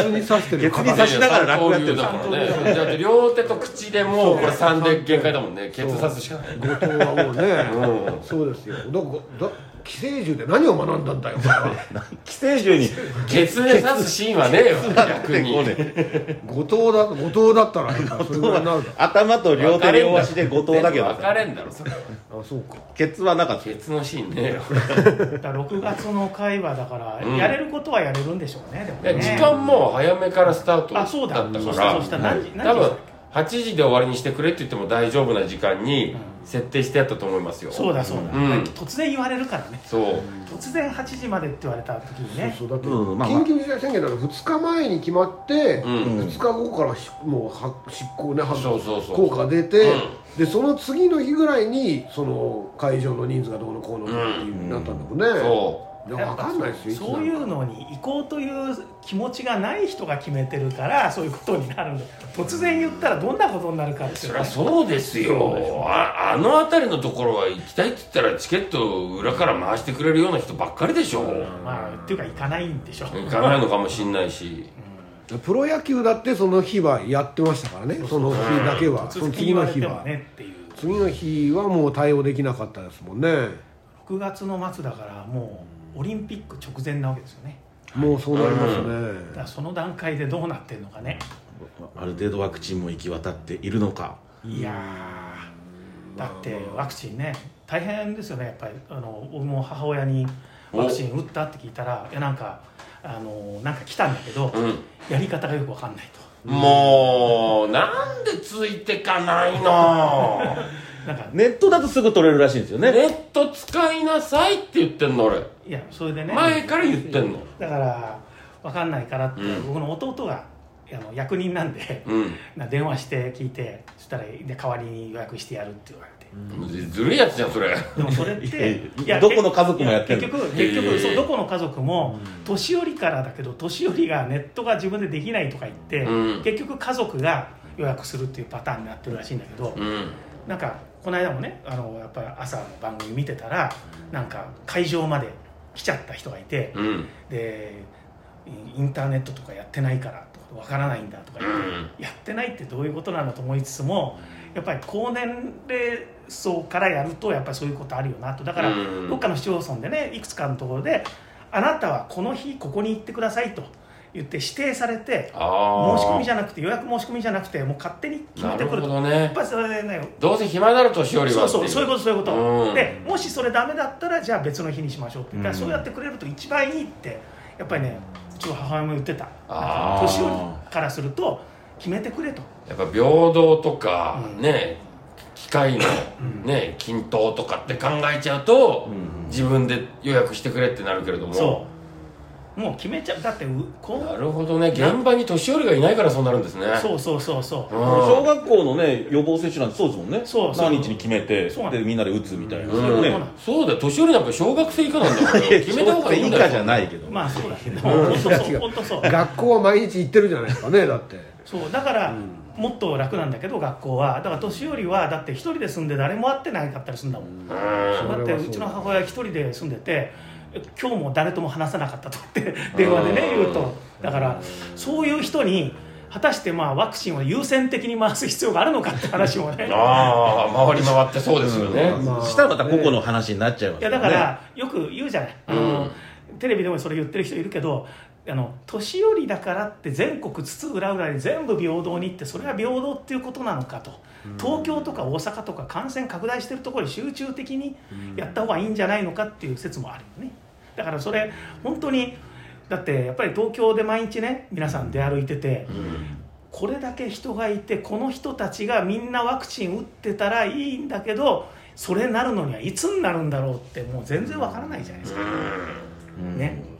[SPEAKER 2] ツに刺して
[SPEAKER 1] ケ
[SPEAKER 2] る
[SPEAKER 1] ツに刺しながら落語やってる
[SPEAKER 4] だからねだって両手と口でもうこれ3で限界だもんねケツ刺すしかない
[SPEAKER 2] 後藤はもうね、
[SPEAKER 4] うん
[SPEAKER 2] そうですよだからだ寄生獣で何を学んだんだよお前は
[SPEAKER 1] 寄生獣に
[SPEAKER 4] ケツで刺すシーンはねえよ逆に
[SPEAKER 1] こうね
[SPEAKER 2] 後藤だ後藤だったらそれぐらいになる
[SPEAKER 1] 頭と両手両足で後藤だけど
[SPEAKER 4] 分かれんだろそれは
[SPEAKER 2] あそうか
[SPEAKER 1] ケツはなんか
[SPEAKER 4] ケツのシーンねえよ
[SPEAKER 3] だから6月の会話だから
[SPEAKER 4] うん
[SPEAKER 3] やれることはやれるんでしょうねでも
[SPEAKER 4] いや
[SPEAKER 3] ね
[SPEAKER 4] 時間も早めからスタートだ
[SPEAKER 3] あ
[SPEAKER 4] った
[SPEAKER 3] そう
[SPEAKER 4] か
[SPEAKER 3] だ
[SPEAKER 4] ら
[SPEAKER 3] そうしたそうした何時何時でし
[SPEAKER 4] 多分
[SPEAKER 3] たっ
[SPEAKER 4] 8時で終わりにしてくれって言っても大丈夫な時間に設定してやったと思いますよ
[SPEAKER 3] けそうだそうだ
[SPEAKER 4] うん
[SPEAKER 3] 突然言われるからね
[SPEAKER 4] そう
[SPEAKER 3] 突然8時までって言われた時にね
[SPEAKER 2] そうだって
[SPEAKER 1] うんまあまあ
[SPEAKER 2] 緊急事態宣言なら2日前に決まって
[SPEAKER 4] ん
[SPEAKER 2] 2日後からしもうは執行ね発
[SPEAKER 4] そうそうそう
[SPEAKER 2] 効果出て
[SPEAKER 4] うん
[SPEAKER 2] でその次の日ぐらいにその会場の人数がどうのこうのっていう風になったんだもんね
[SPEAKER 4] そ
[SPEAKER 2] いやわかんないですよいつ
[SPEAKER 3] そういうのに行こうという気持ちがない人が決めてるからそういうことになるんだ突然言ったらどんなことになるかです
[SPEAKER 4] そ
[SPEAKER 3] よ
[SPEAKER 4] り
[SPEAKER 3] ね
[SPEAKER 4] ゃそうですよああの辺りのところは行きたいって言ったらチケットを裏から回してくれるような人ばっかりでしょ
[SPEAKER 3] まあっていうか行かないんでしょ
[SPEAKER 4] 行かないのかもしんないし
[SPEAKER 2] プロ野球だってその日はやってましたからねその日だけはそ
[SPEAKER 3] 突
[SPEAKER 2] の
[SPEAKER 3] 然
[SPEAKER 2] 次
[SPEAKER 3] 言わ
[SPEAKER 2] の
[SPEAKER 3] れ
[SPEAKER 2] 日
[SPEAKER 3] ても
[SPEAKER 2] は
[SPEAKER 3] ねっていう
[SPEAKER 2] 次の日はもう対応できなかったですもんね
[SPEAKER 3] 6月の末だからもうオリンピック直前なわけですよね
[SPEAKER 2] もうそうなりますね、
[SPEAKER 3] だからその段階でどうなってんのかね
[SPEAKER 1] ある程度ワクチンも行き渡っているのか
[SPEAKER 3] いやーだってワクチンね大変ですよねやっぱりあの僕も母親にワクチン打ったって聞いたらいやなんかあのなんか来たんだけど、
[SPEAKER 4] うん
[SPEAKER 3] やり方がよくわかんないと。
[SPEAKER 4] もうなんでついてかないの
[SPEAKER 3] なんか、
[SPEAKER 1] ネットだとすぐ取れるらしいんですよ
[SPEAKER 4] ネ
[SPEAKER 1] ね
[SPEAKER 4] ット使いなさいって言ってんの俺
[SPEAKER 3] いや、それでね、
[SPEAKER 4] 前から言ってんの
[SPEAKER 3] だから、わかんないからって、
[SPEAKER 4] うん
[SPEAKER 3] 僕の弟が、あの役人なんで、
[SPEAKER 4] うん
[SPEAKER 3] な電話して聞いてそしたらで代わりに予約してやるって言われて、
[SPEAKER 4] ずるいやつじゃんそれ
[SPEAKER 3] でもそれっ
[SPEAKER 1] いやい
[SPEAKER 3] て
[SPEAKER 1] やどこの家族もやってる
[SPEAKER 3] る結局
[SPEAKER 4] へえ
[SPEAKER 3] 結局そうどこの家族も年寄りからだけど年寄りがネットが自分でできないとか言って、
[SPEAKER 4] うん
[SPEAKER 3] 結局家族が予約するっていうパターンになってるらしいんだけど、
[SPEAKER 4] うん
[SPEAKER 3] なんかこの間もねあのやっぱり朝の番組見てたらなんか会場まで来ちゃった人がいて、
[SPEAKER 4] うん
[SPEAKER 3] でインターネットとかやってないからとかわからないんだとか言って、やってないってどういうことなのと思いつつもやっぱり高年齢層からやるとやっぱりそういうことあるよなとだから
[SPEAKER 4] うん
[SPEAKER 3] どっかの市町村でねいくつかのところで「あなたはこの日ここに行ってください」と言って指定されて
[SPEAKER 4] ああ
[SPEAKER 3] 申し込みじゃなくて予約申し込みじゃなくてもう勝手に決め
[SPEAKER 4] な
[SPEAKER 3] て
[SPEAKER 4] る
[SPEAKER 3] くる
[SPEAKER 4] ほ
[SPEAKER 3] と。
[SPEAKER 4] ど
[SPEAKER 3] や
[SPEAKER 4] ね
[SPEAKER 3] っぱりそれでね
[SPEAKER 4] どうせ暇なる年寄りは
[SPEAKER 3] そう
[SPEAKER 4] って
[SPEAKER 3] そうそういう
[SPEAKER 4] こ
[SPEAKER 3] ことそういうこと、
[SPEAKER 4] うん
[SPEAKER 3] でもしそれダメだったらじゃあ別の日にしましょうって言ったら、
[SPEAKER 1] うん
[SPEAKER 3] そうやってくれると一番いいってやっぱりねうちの母親も言ってた
[SPEAKER 4] あー
[SPEAKER 3] 年寄りからすると決めてくれと
[SPEAKER 4] やっぱ平等とか、
[SPEAKER 3] うん
[SPEAKER 4] ね機械の、ね均等とかって考えちゃうと、自分で予約してくれってなるけれども
[SPEAKER 3] そうもう決めちゃうだってうこ
[SPEAKER 4] な
[SPEAKER 3] う
[SPEAKER 4] るほどね現場に年寄りがいないからそうなるんですね
[SPEAKER 3] そうそうそうそう、
[SPEAKER 4] うん
[SPEAKER 1] 小学校のね予防接種なんてそうですもんね
[SPEAKER 3] そうそう
[SPEAKER 1] 何日に決めて
[SPEAKER 3] そうなんで
[SPEAKER 1] ですみんなで打つみたいな、
[SPEAKER 4] うん
[SPEAKER 1] ね
[SPEAKER 3] そうなん
[SPEAKER 4] そうだよ年寄りなんか小学生以下なんだから決めた方がいいんだよ
[SPEAKER 1] 以下じゃないけど、
[SPEAKER 3] まあそうだけど本当
[SPEAKER 2] 違
[SPEAKER 3] そうう本当そう
[SPEAKER 2] 学校は毎日行ってるじゃないですかねだって
[SPEAKER 3] そうだから、もっと楽なんだけど学校はだから年寄りはだって一人で住んで誰も会ってなかったりするんだもん
[SPEAKER 4] うん
[SPEAKER 3] だってうちの母親一人で住んでて今日も誰とも話さなかったと言って電話でね
[SPEAKER 4] うん
[SPEAKER 3] 言うとだからそういう人に果たしてまあワクチンを優先的に回す必要があるのかって話もね
[SPEAKER 4] ああ回り回ってそうですよね、
[SPEAKER 2] まあ
[SPEAKER 1] そしたらまた個々の話になっちゃいます
[SPEAKER 3] いや
[SPEAKER 1] よ
[SPEAKER 3] だ
[SPEAKER 1] ね
[SPEAKER 3] からよく言うじゃない、あ
[SPEAKER 4] う
[SPEAKER 3] の
[SPEAKER 4] ん
[SPEAKER 3] テレビでもそれ言ってる人いるけどあの年寄りだからって全国津々浦々で全部平等にってそれは平等っていうことなのかと、東京とか大阪とか感染拡大してるところに集中的にやった方がいいんじゃないのかっていう説もあるよねだからそれ本当にだってやっぱり東京で毎日ね皆さん出歩いてて、これだけ人がいてこの人たちがみんなワクチン打ってたらいいんだけどそれなるのにはいつになるんだろうってもう全然わからないじゃないですか、ね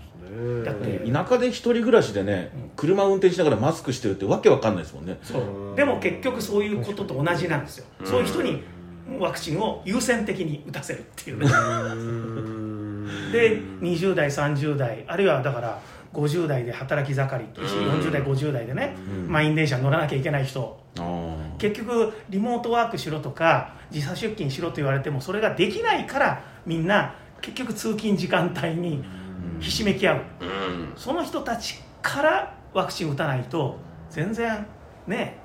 [SPEAKER 3] だって
[SPEAKER 1] 田舎で一人暮らしでね車運転しながらマスクしてるってわけわかんないですもんね
[SPEAKER 3] そうでも結局そういうことと同じなんですよ、そういう人にワクチンを優先的に打たせるっていうね、で20代30代あるいはだから50代で働き盛りとし40代50代でね、満員電車に乗らなきゃいけない人
[SPEAKER 1] ああ
[SPEAKER 3] 結局リモートワークしろとか時差出勤しろと言われてもそれができないからみんな結局通勤時間帯にひしめき合う
[SPEAKER 4] うん
[SPEAKER 3] その人たちからワクチン打たないと全然ね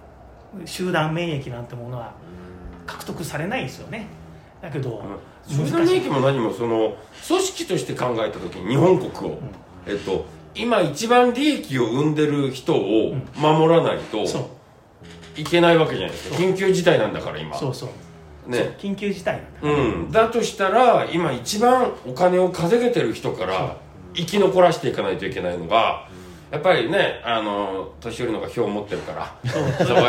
[SPEAKER 3] 集団免疫なんてものは獲得されないですよねだけど
[SPEAKER 4] 集団
[SPEAKER 3] 難し
[SPEAKER 4] 免
[SPEAKER 3] い
[SPEAKER 4] 疫も何もその組織として考えた時に日本国を、えっと今一番利益を生んでる人を守らないと
[SPEAKER 3] そう
[SPEAKER 4] いけないわけじゃないですか緊急事態なんだから今
[SPEAKER 3] そうそうそう
[SPEAKER 4] ね
[SPEAKER 3] 緊急事態なんだ
[SPEAKER 4] うんだとしたら今一番お金を稼げてる人から生き残らしていかないといけないのがやっぱりねあの年寄りの方が票を持ってるからそこに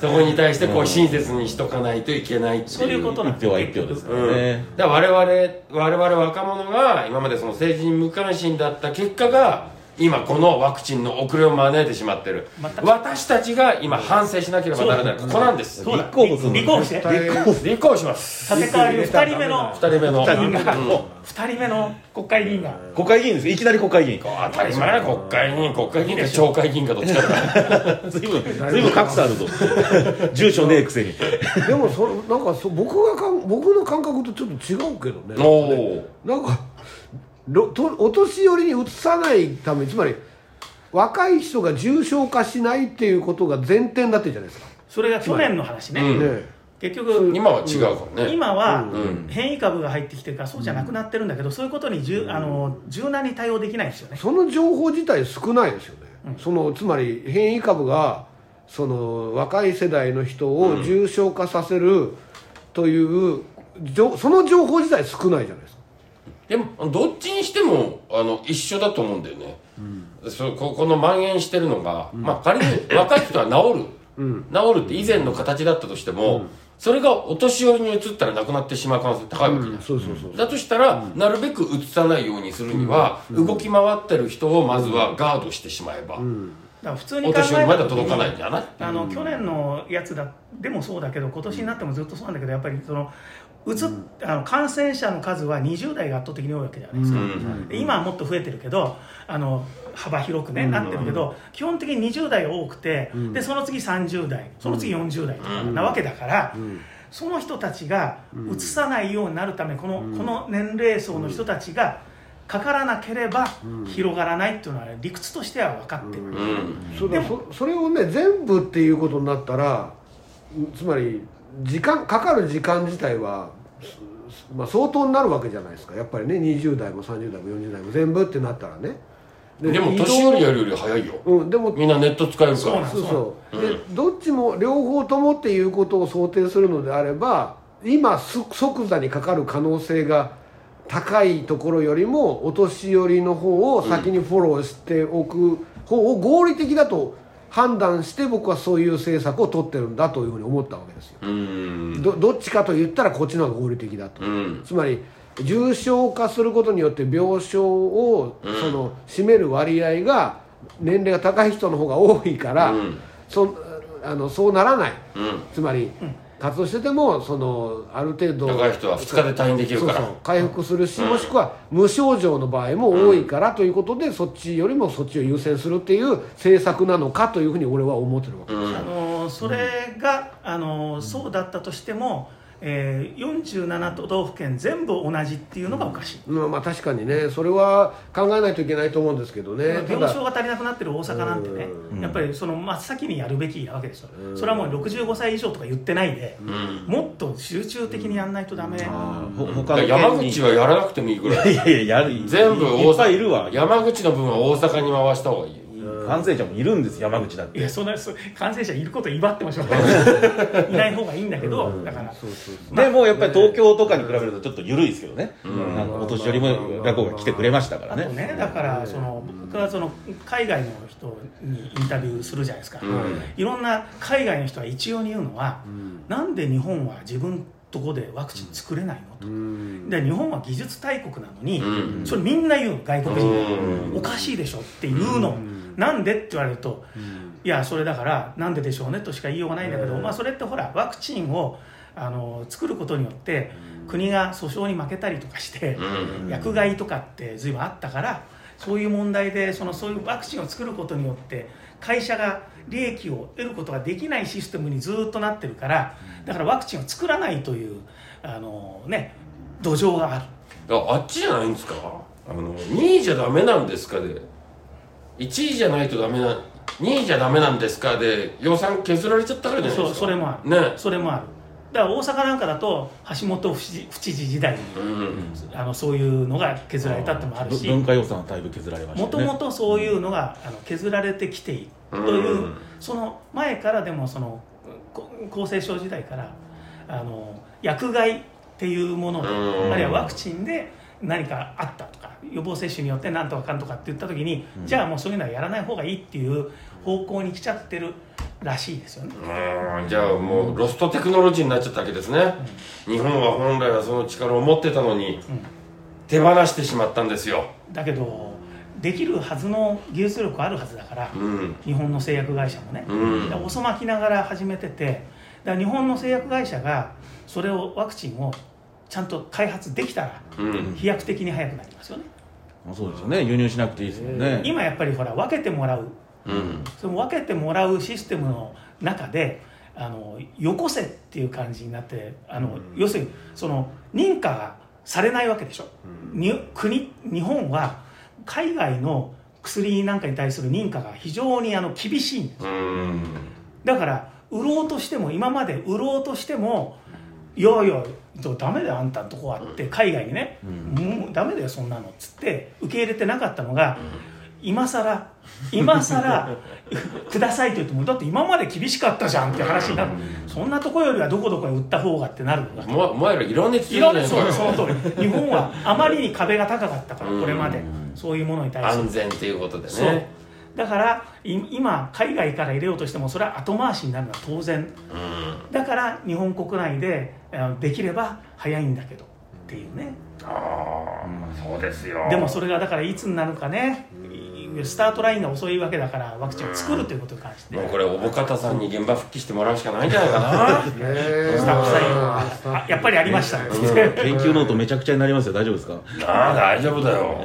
[SPEAKER 4] そこに対してこう親切にしとかないといけないっていう
[SPEAKER 3] そういうことなん
[SPEAKER 1] 一
[SPEAKER 3] です
[SPEAKER 1] 票
[SPEAKER 3] よ
[SPEAKER 1] は一票ですか
[SPEAKER 4] う
[SPEAKER 1] ら
[SPEAKER 4] ん
[SPEAKER 1] ね、
[SPEAKER 4] だから我々我々若者が今までその政治に無関心だった結果が今このワクチンの遅れを招いてしまってる
[SPEAKER 3] 全く
[SPEAKER 4] 私たちが今反省しなければならないここなんです
[SPEAKER 3] そうだ
[SPEAKER 1] 立候補するの
[SPEAKER 3] 立候補して立
[SPEAKER 4] 立候補します
[SPEAKER 3] て替わりを2人目の
[SPEAKER 4] 2人目の
[SPEAKER 1] 二人
[SPEAKER 3] 議員が
[SPEAKER 4] うん
[SPEAKER 3] 2人目の国会議員が
[SPEAKER 1] 国会議員ですよいきなり国会議員
[SPEAKER 4] 当たり前だ国会議員国会議員か町会議員かどっちか だ
[SPEAKER 1] ずいぶんずいぶん格差あるぞ住所ねえくせに
[SPEAKER 2] でもそなんかそ僕がかん僕の感覚とちょっと違うけどね
[SPEAKER 4] おお
[SPEAKER 2] なんかろとお年寄りにうつさないためにつまり若い人が重症化しないっていうことが前提になってるじゃないですか、
[SPEAKER 3] それが去年の話ね、
[SPEAKER 4] うん
[SPEAKER 2] ねえ
[SPEAKER 3] 結局
[SPEAKER 4] 今は違うからね
[SPEAKER 3] 今は
[SPEAKER 4] ん
[SPEAKER 3] 変異株が入ってきてるからそうじゃなくなってるんだけど、そういうことにじゅあの柔軟に対応できないんですよね。
[SPEAKER 2] その情報自体少ないですよね、そのつまり変異株がその若い世代の人を重症化させるという、じょその情報自体少ないじゃないですか
[SPEAKER 4] でもどっちにしてもあの一緒だと思うんだよね、そうここの蔓延してるのが、まあ、仮に若い人は治る、治るって以前の形だったとしても、それがお年寄りに移ったらなくなってしまう可能性高いわけじゃない、
[SPEAKER 2] そうそうそう、
[SPEAKER 4] だとしたら、なるべく移さないようにするには、動き回ってる人をまずはガードしてしまえば、
[SPEAKER 3] から普通に
[SPEAKER 4] お
[SPEAKER 3] 考えた
[SPEAKER 4] 年寄りまだ
[SPEAKER 3] 時に
[SPEAKER 4] 届かないんじゃない
[SPEAKER 3] あの去年のやつだでもそうだけど今年になってもずっとそうなんだけどやっぱりそのうつあの感染者の数は20代が圧倒的に多いわけじゃないですか、
[SPEAKER 4] うん
[SPEAKER 3] で今はもっと増えてるけどあの幅広くね、なってるけど基本的に20代が多くて、でその次30代その次40代とかなわけだから、その人たちがうつさないようになるためこの,、この年齢層の人たちがかからなければ広がらないっていうのは理屈としては分かってる、
[SPEAKER 4] うん
[SPEAKER 2] それそそれをね全部っていうことになったらんつまり時間かかる時間自体は、すすまあ、相当になるわけじゃないですかやっぱりね20代も30代も40代も全部ってなったらね
[SPEAKER 4] でも
[SPEAKER 2] 移動
[SPEAKER 4] 年寄りやるより早いよ
[SPEAKER 2] うんでも
[SPEAKER 4] みんなネット使えるか
[SPEAKER 3] そうな
[SPEAKER 4] ら
[SPEAKER 3] ん
[SPEAKER 2] そうそうでどっちも両方ともっていうことを想定するのであれば今す即座にかかる可能性が高いところよりもお年寄りの方を先にフォローしておく方を合理的だと判断して僕はそういう政策を取ってるんだというふうに思ったわけですよ
[SPEAKER 4] うん
[SPEAKER 2] どどっちかと言ったらこっちの方が合理的だと
[SPEAKER 4] うん
[SPEAKER 2] つまり重症化することによって病床をその占める割合が年齢が高い人の方が多いから、
[SPEAKER 4] うん
[SPEAKER 2] そあのそうならない
[SPEAKER 4] うん
[SPEAKER 2] つまり活動しててもそのある程度
[SPEAKER 4] 高い人は2日で退院できる
[SPEAKER 2] そう
[SPEAKER 4] か
[SPEAKER 2] そう
[SPEAKER 4] ら
[SPEAKER 2] 回復するし、もしくは無症状の場合も多いからということで、そっちよりもそっちを優先するっていう政策なのかというふうに俺は思ってるわけ、
[SPEAKER 3] あのーそれが、あのーそうだったとしても、えー47都道府県全部同じっていうのがおかしい、
[SPEAKER 2] まあまあ確かにねそれは考えないといけないと思うんですけどねた
[SPEAKER 3] 病
[SPEAKER 2] だ
[SPEAKER 3] 床が足りなくなってる大阪なんてね、やっぱりその真っ先にやるべきなわけですよ、それはもう65歳以上とか言ってないで、もっと集中的にやんないとダメ、
[SPEAKER 1] ほ他
[SPEAKER 4] だから
[SPEAKER 1] の
[SPEAKER 4] 山
[SPEAKER 1] 県に
[SPEAKER 4] 口はやらなくてもいいぐら い
[SPEAKER 1] いやいややる
[SPEAKER 4] 全部
[SPEAKER 1] い
[SPEAKER 4] 大
[SPEAKER 1] っぱ
[SPEAKER 4] 阪
[SPEAKER 1] いいるわ
[SPEAKER 4] 山口の分は大阪に回した方がいいよ
[SPEAKER 1] 感染者もいるんです山口だっ
[SPEAKER 3] いや
[SPEAKER 1] て
[SPEAKER 3] そんなそ感染者いること威張ってましょういない方がいいんだけど、だから
[SPEAKER 2] そうそうそう
[SPEAKER 1] でもやっぱり東京とかに比べるとちょっと緩いですけどね、
[SPEAKER 4] ん
[SPEAKER 1] あのお年寄りも落語が来てくれましたか
[SPEAKER 3] あ
[SPEAKER 1] ら
[SPEAKER 3] と
[SPEAKER 1] ね
[SPEAKER 3] ね、だからその僕はその海外の人にインタビューするじゃないですか、
[SPEAKER 4] うん
[SPEAKER 3] いろんな海外の人は一様に言うのは、なんで日本は自分とこでワクチン作れないのと、
[SPEAKER 2] うん
[SPEAKER 3] で日本は技術大国なのに、
[SPEAKER 4] うん
[SPEAKER 3] それみんな言う外国人
[SPEAKER 4] う、
[SPEAKER 3] おかしいでしょっていうの、なんでって言われると、いやそれだからなんででしょうねとしか言いようがないんだけど、まあ、それってほらワクチンをあの作ることによって国が訴訟に負けたりとかして、
[SPEAKER 4] う
[SPEAKER 3] 薬害とかって随分あったからそういう問題でそのそういうワクチンを作ることによって会社が利益を得ることができないシステムにずっとなってるからだからワクチンを作らないというあの、ね、土壌がある。
[SPEAKER 4] だからあっちじゃないんですかあの2位じゃダメなんですかで1位じゃないとダメな2位じゃダメなんですかで予算削られちゃったからじゃないです
[SPEAKER 3] そう
[SPEAKER 4] か
[SPEAKER 3] それもある、
[SPEAKER 4] ね
[SPEAKER 3] それもあるだから大阪なんかだと橋本府知府知事時代に
[SPEAKER 4] うん
[SPEAKER 3] あのそういうのが削られたってもあるし
[SPEAKER 1] 文化予算はだいぶ削られましたね
[SPEAKER 3] もともとそういうのがあの削られてきているという、
[SPEAKER 4] うん
[SPEAKER 3] その前からでもそのこ厚生省時代からあの薬害っていうもので、
[SPEAKER 4] うん
[SPEAKER 3] あるいはワクチンで何かあったとか予防接種によってなんとかかんとかって言った時に、じゃあもうそういうのはやらない方がいいっていう方向に来ちゃってるらしいですよね。
[SPEAKER 4] うんじゃあもうロストテクノロジーになっちゃったわけですね、日本は本来はその力を持ってたのに、手放してしまったんですよ
[SPEAKER 3] だけどできるはずの技術力あるはずだから、
[SPEAKER 4] うん
[SPEAKER 3] 日本の製薬会社もね、
[SPEAKER 4] うん
[SPEAKER 3] だから遅まきながら始めててだから日本の製薬会社がそれをワクチンをちゃんと開発できたら
[SPEAKER 4] うん
[SPEAKER 3] 飛躍的に早くなりますよね
[SPEAKER 1] あそうですよね輸入しなくていいですもんね
[SPEAKER 3] 今やっぱりほら分けてもらう
[SPEAKER 4] うん
[SPEAKER 3] その分けてもらうシステムの中であのよこせっていう感じになってあの、要するにその認可がされないわけでしょ、に国日本は海外の薬なんかに対する認可が非常にあの厳しいんです
[SPEAKER 4] うん
[SPEAKER 3] だから売ろうとしても今まで売ろうとしても「いやいやダメだよあんたんとこは」って海外にね「もうダメだよそんなの」っつって受け入れてなかったのが今更今更 ください」と言ってもだって今まで厳しかったじゃんって話になるそんなとこよりはどこどこへ売った方がってなるのが
[SPEAKER 4] もお前らいらねえって
[SPEAKER 3] い
[SPEAKER 4] 言
[SPEAKER 3] ろ
[SPEAKER 4] うんじゃ
[SPEAKER 3] な
[SPEAKER 4] ない
[SPEAKER 3] そう
[SPEAKER 4] です
[SPEAKER 3] そ
[SPEAKER 4] か
[SPEAKER 3] の通り日本はあまりに壁が高かったからこれまでそういうものに対して
[SPEAKER 4] 安全っていうことで
[SPEAKER 3] そう
[SPEAKER 4] ね
[SPEAKER 3] だからい今海外から入れようとしてもそれは後回しになるのは当然
[SPEAKER 4] うん
[SPEAKER 3] だから日本国内でえーできれば早いんだけどっていうね
[SPEAKER 4] ああそうですよ
[SPEAKER 3] でもそれがだからいつになるかねいいうスタートラインが遅いわけだからワクチンを作るということに関して
[SPEAKER 4] もうこれおぼかたさんに現場復帰してもらうしかないんじゃないかな
[SPEAKER 2] ねえ
[SPEAKER 3] スタッフサインはあやっぱりありました
[SPEAKER 1] 研究ノートめちゃくちゃになりますよ大丈夫ですか
[SPEAKER 4] ああ大丈夫だよ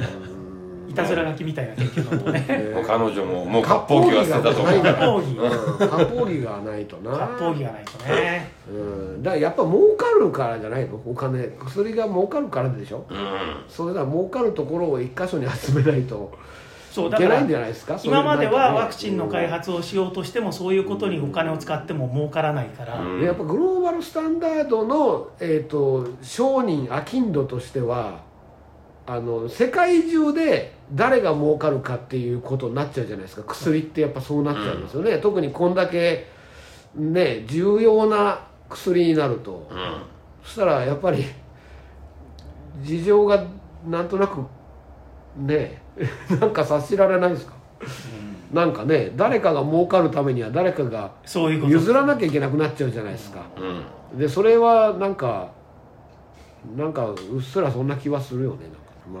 [SPEAKER 3] いたずら書きみたいな研究のもね
[SPEAKER 4] もう彼女ももう割烹着は捨てたと思う
[SPEAKER 2] 割烹着が
[SPEAKER 3] 講義
[SPEAKER 2] うん割烹着がないとな
[SPEAKER 3] 講義がないとね
[SPEAKER 2] うんだからやっぱ儲かるからじゃないのお金薬が儲かるからでしょ
[SPEAKER 4] うん
[SPEAKER 2] それだから儲かるところを一箇所に集めないと
[SPEAKER 3] そう
[SPEAKER 2] い
[SPEAKER 3] だか
[SPEAKER 2] けな
[SPEAKER 3] ら
[SPEAKER 2] いんじゃないですか
[SPEAKER 3] 今まではワクチンの開、発をしようとしてもそういうことにお金を使っても儲からないから、
[SPEAKER 2] うんやっぱグローバルスタンダードの、えー、と商人商人としてはあの世界中で誰が儲かるかっていうことになっちゃうじゃないですか薬ってやっぱそうなっちゃいますよね、特にこんだけね重要な薬になると、
[SPEAKER 4] うん
[SPEAKER 2] そしたらやっぱり事情がなんとなくね なんか察しられないですか、なんかね誰かが儲かるためには誰かが
[SPEAKER 3] そういうこと
[SPEAKER 2] 譲らなきゃいけなくなっちゃうじゃないですか
[SPEAKER 4] うん
[SPEAKER 2] でそれはなんかなんかうっすらそんな気はするよねなんかま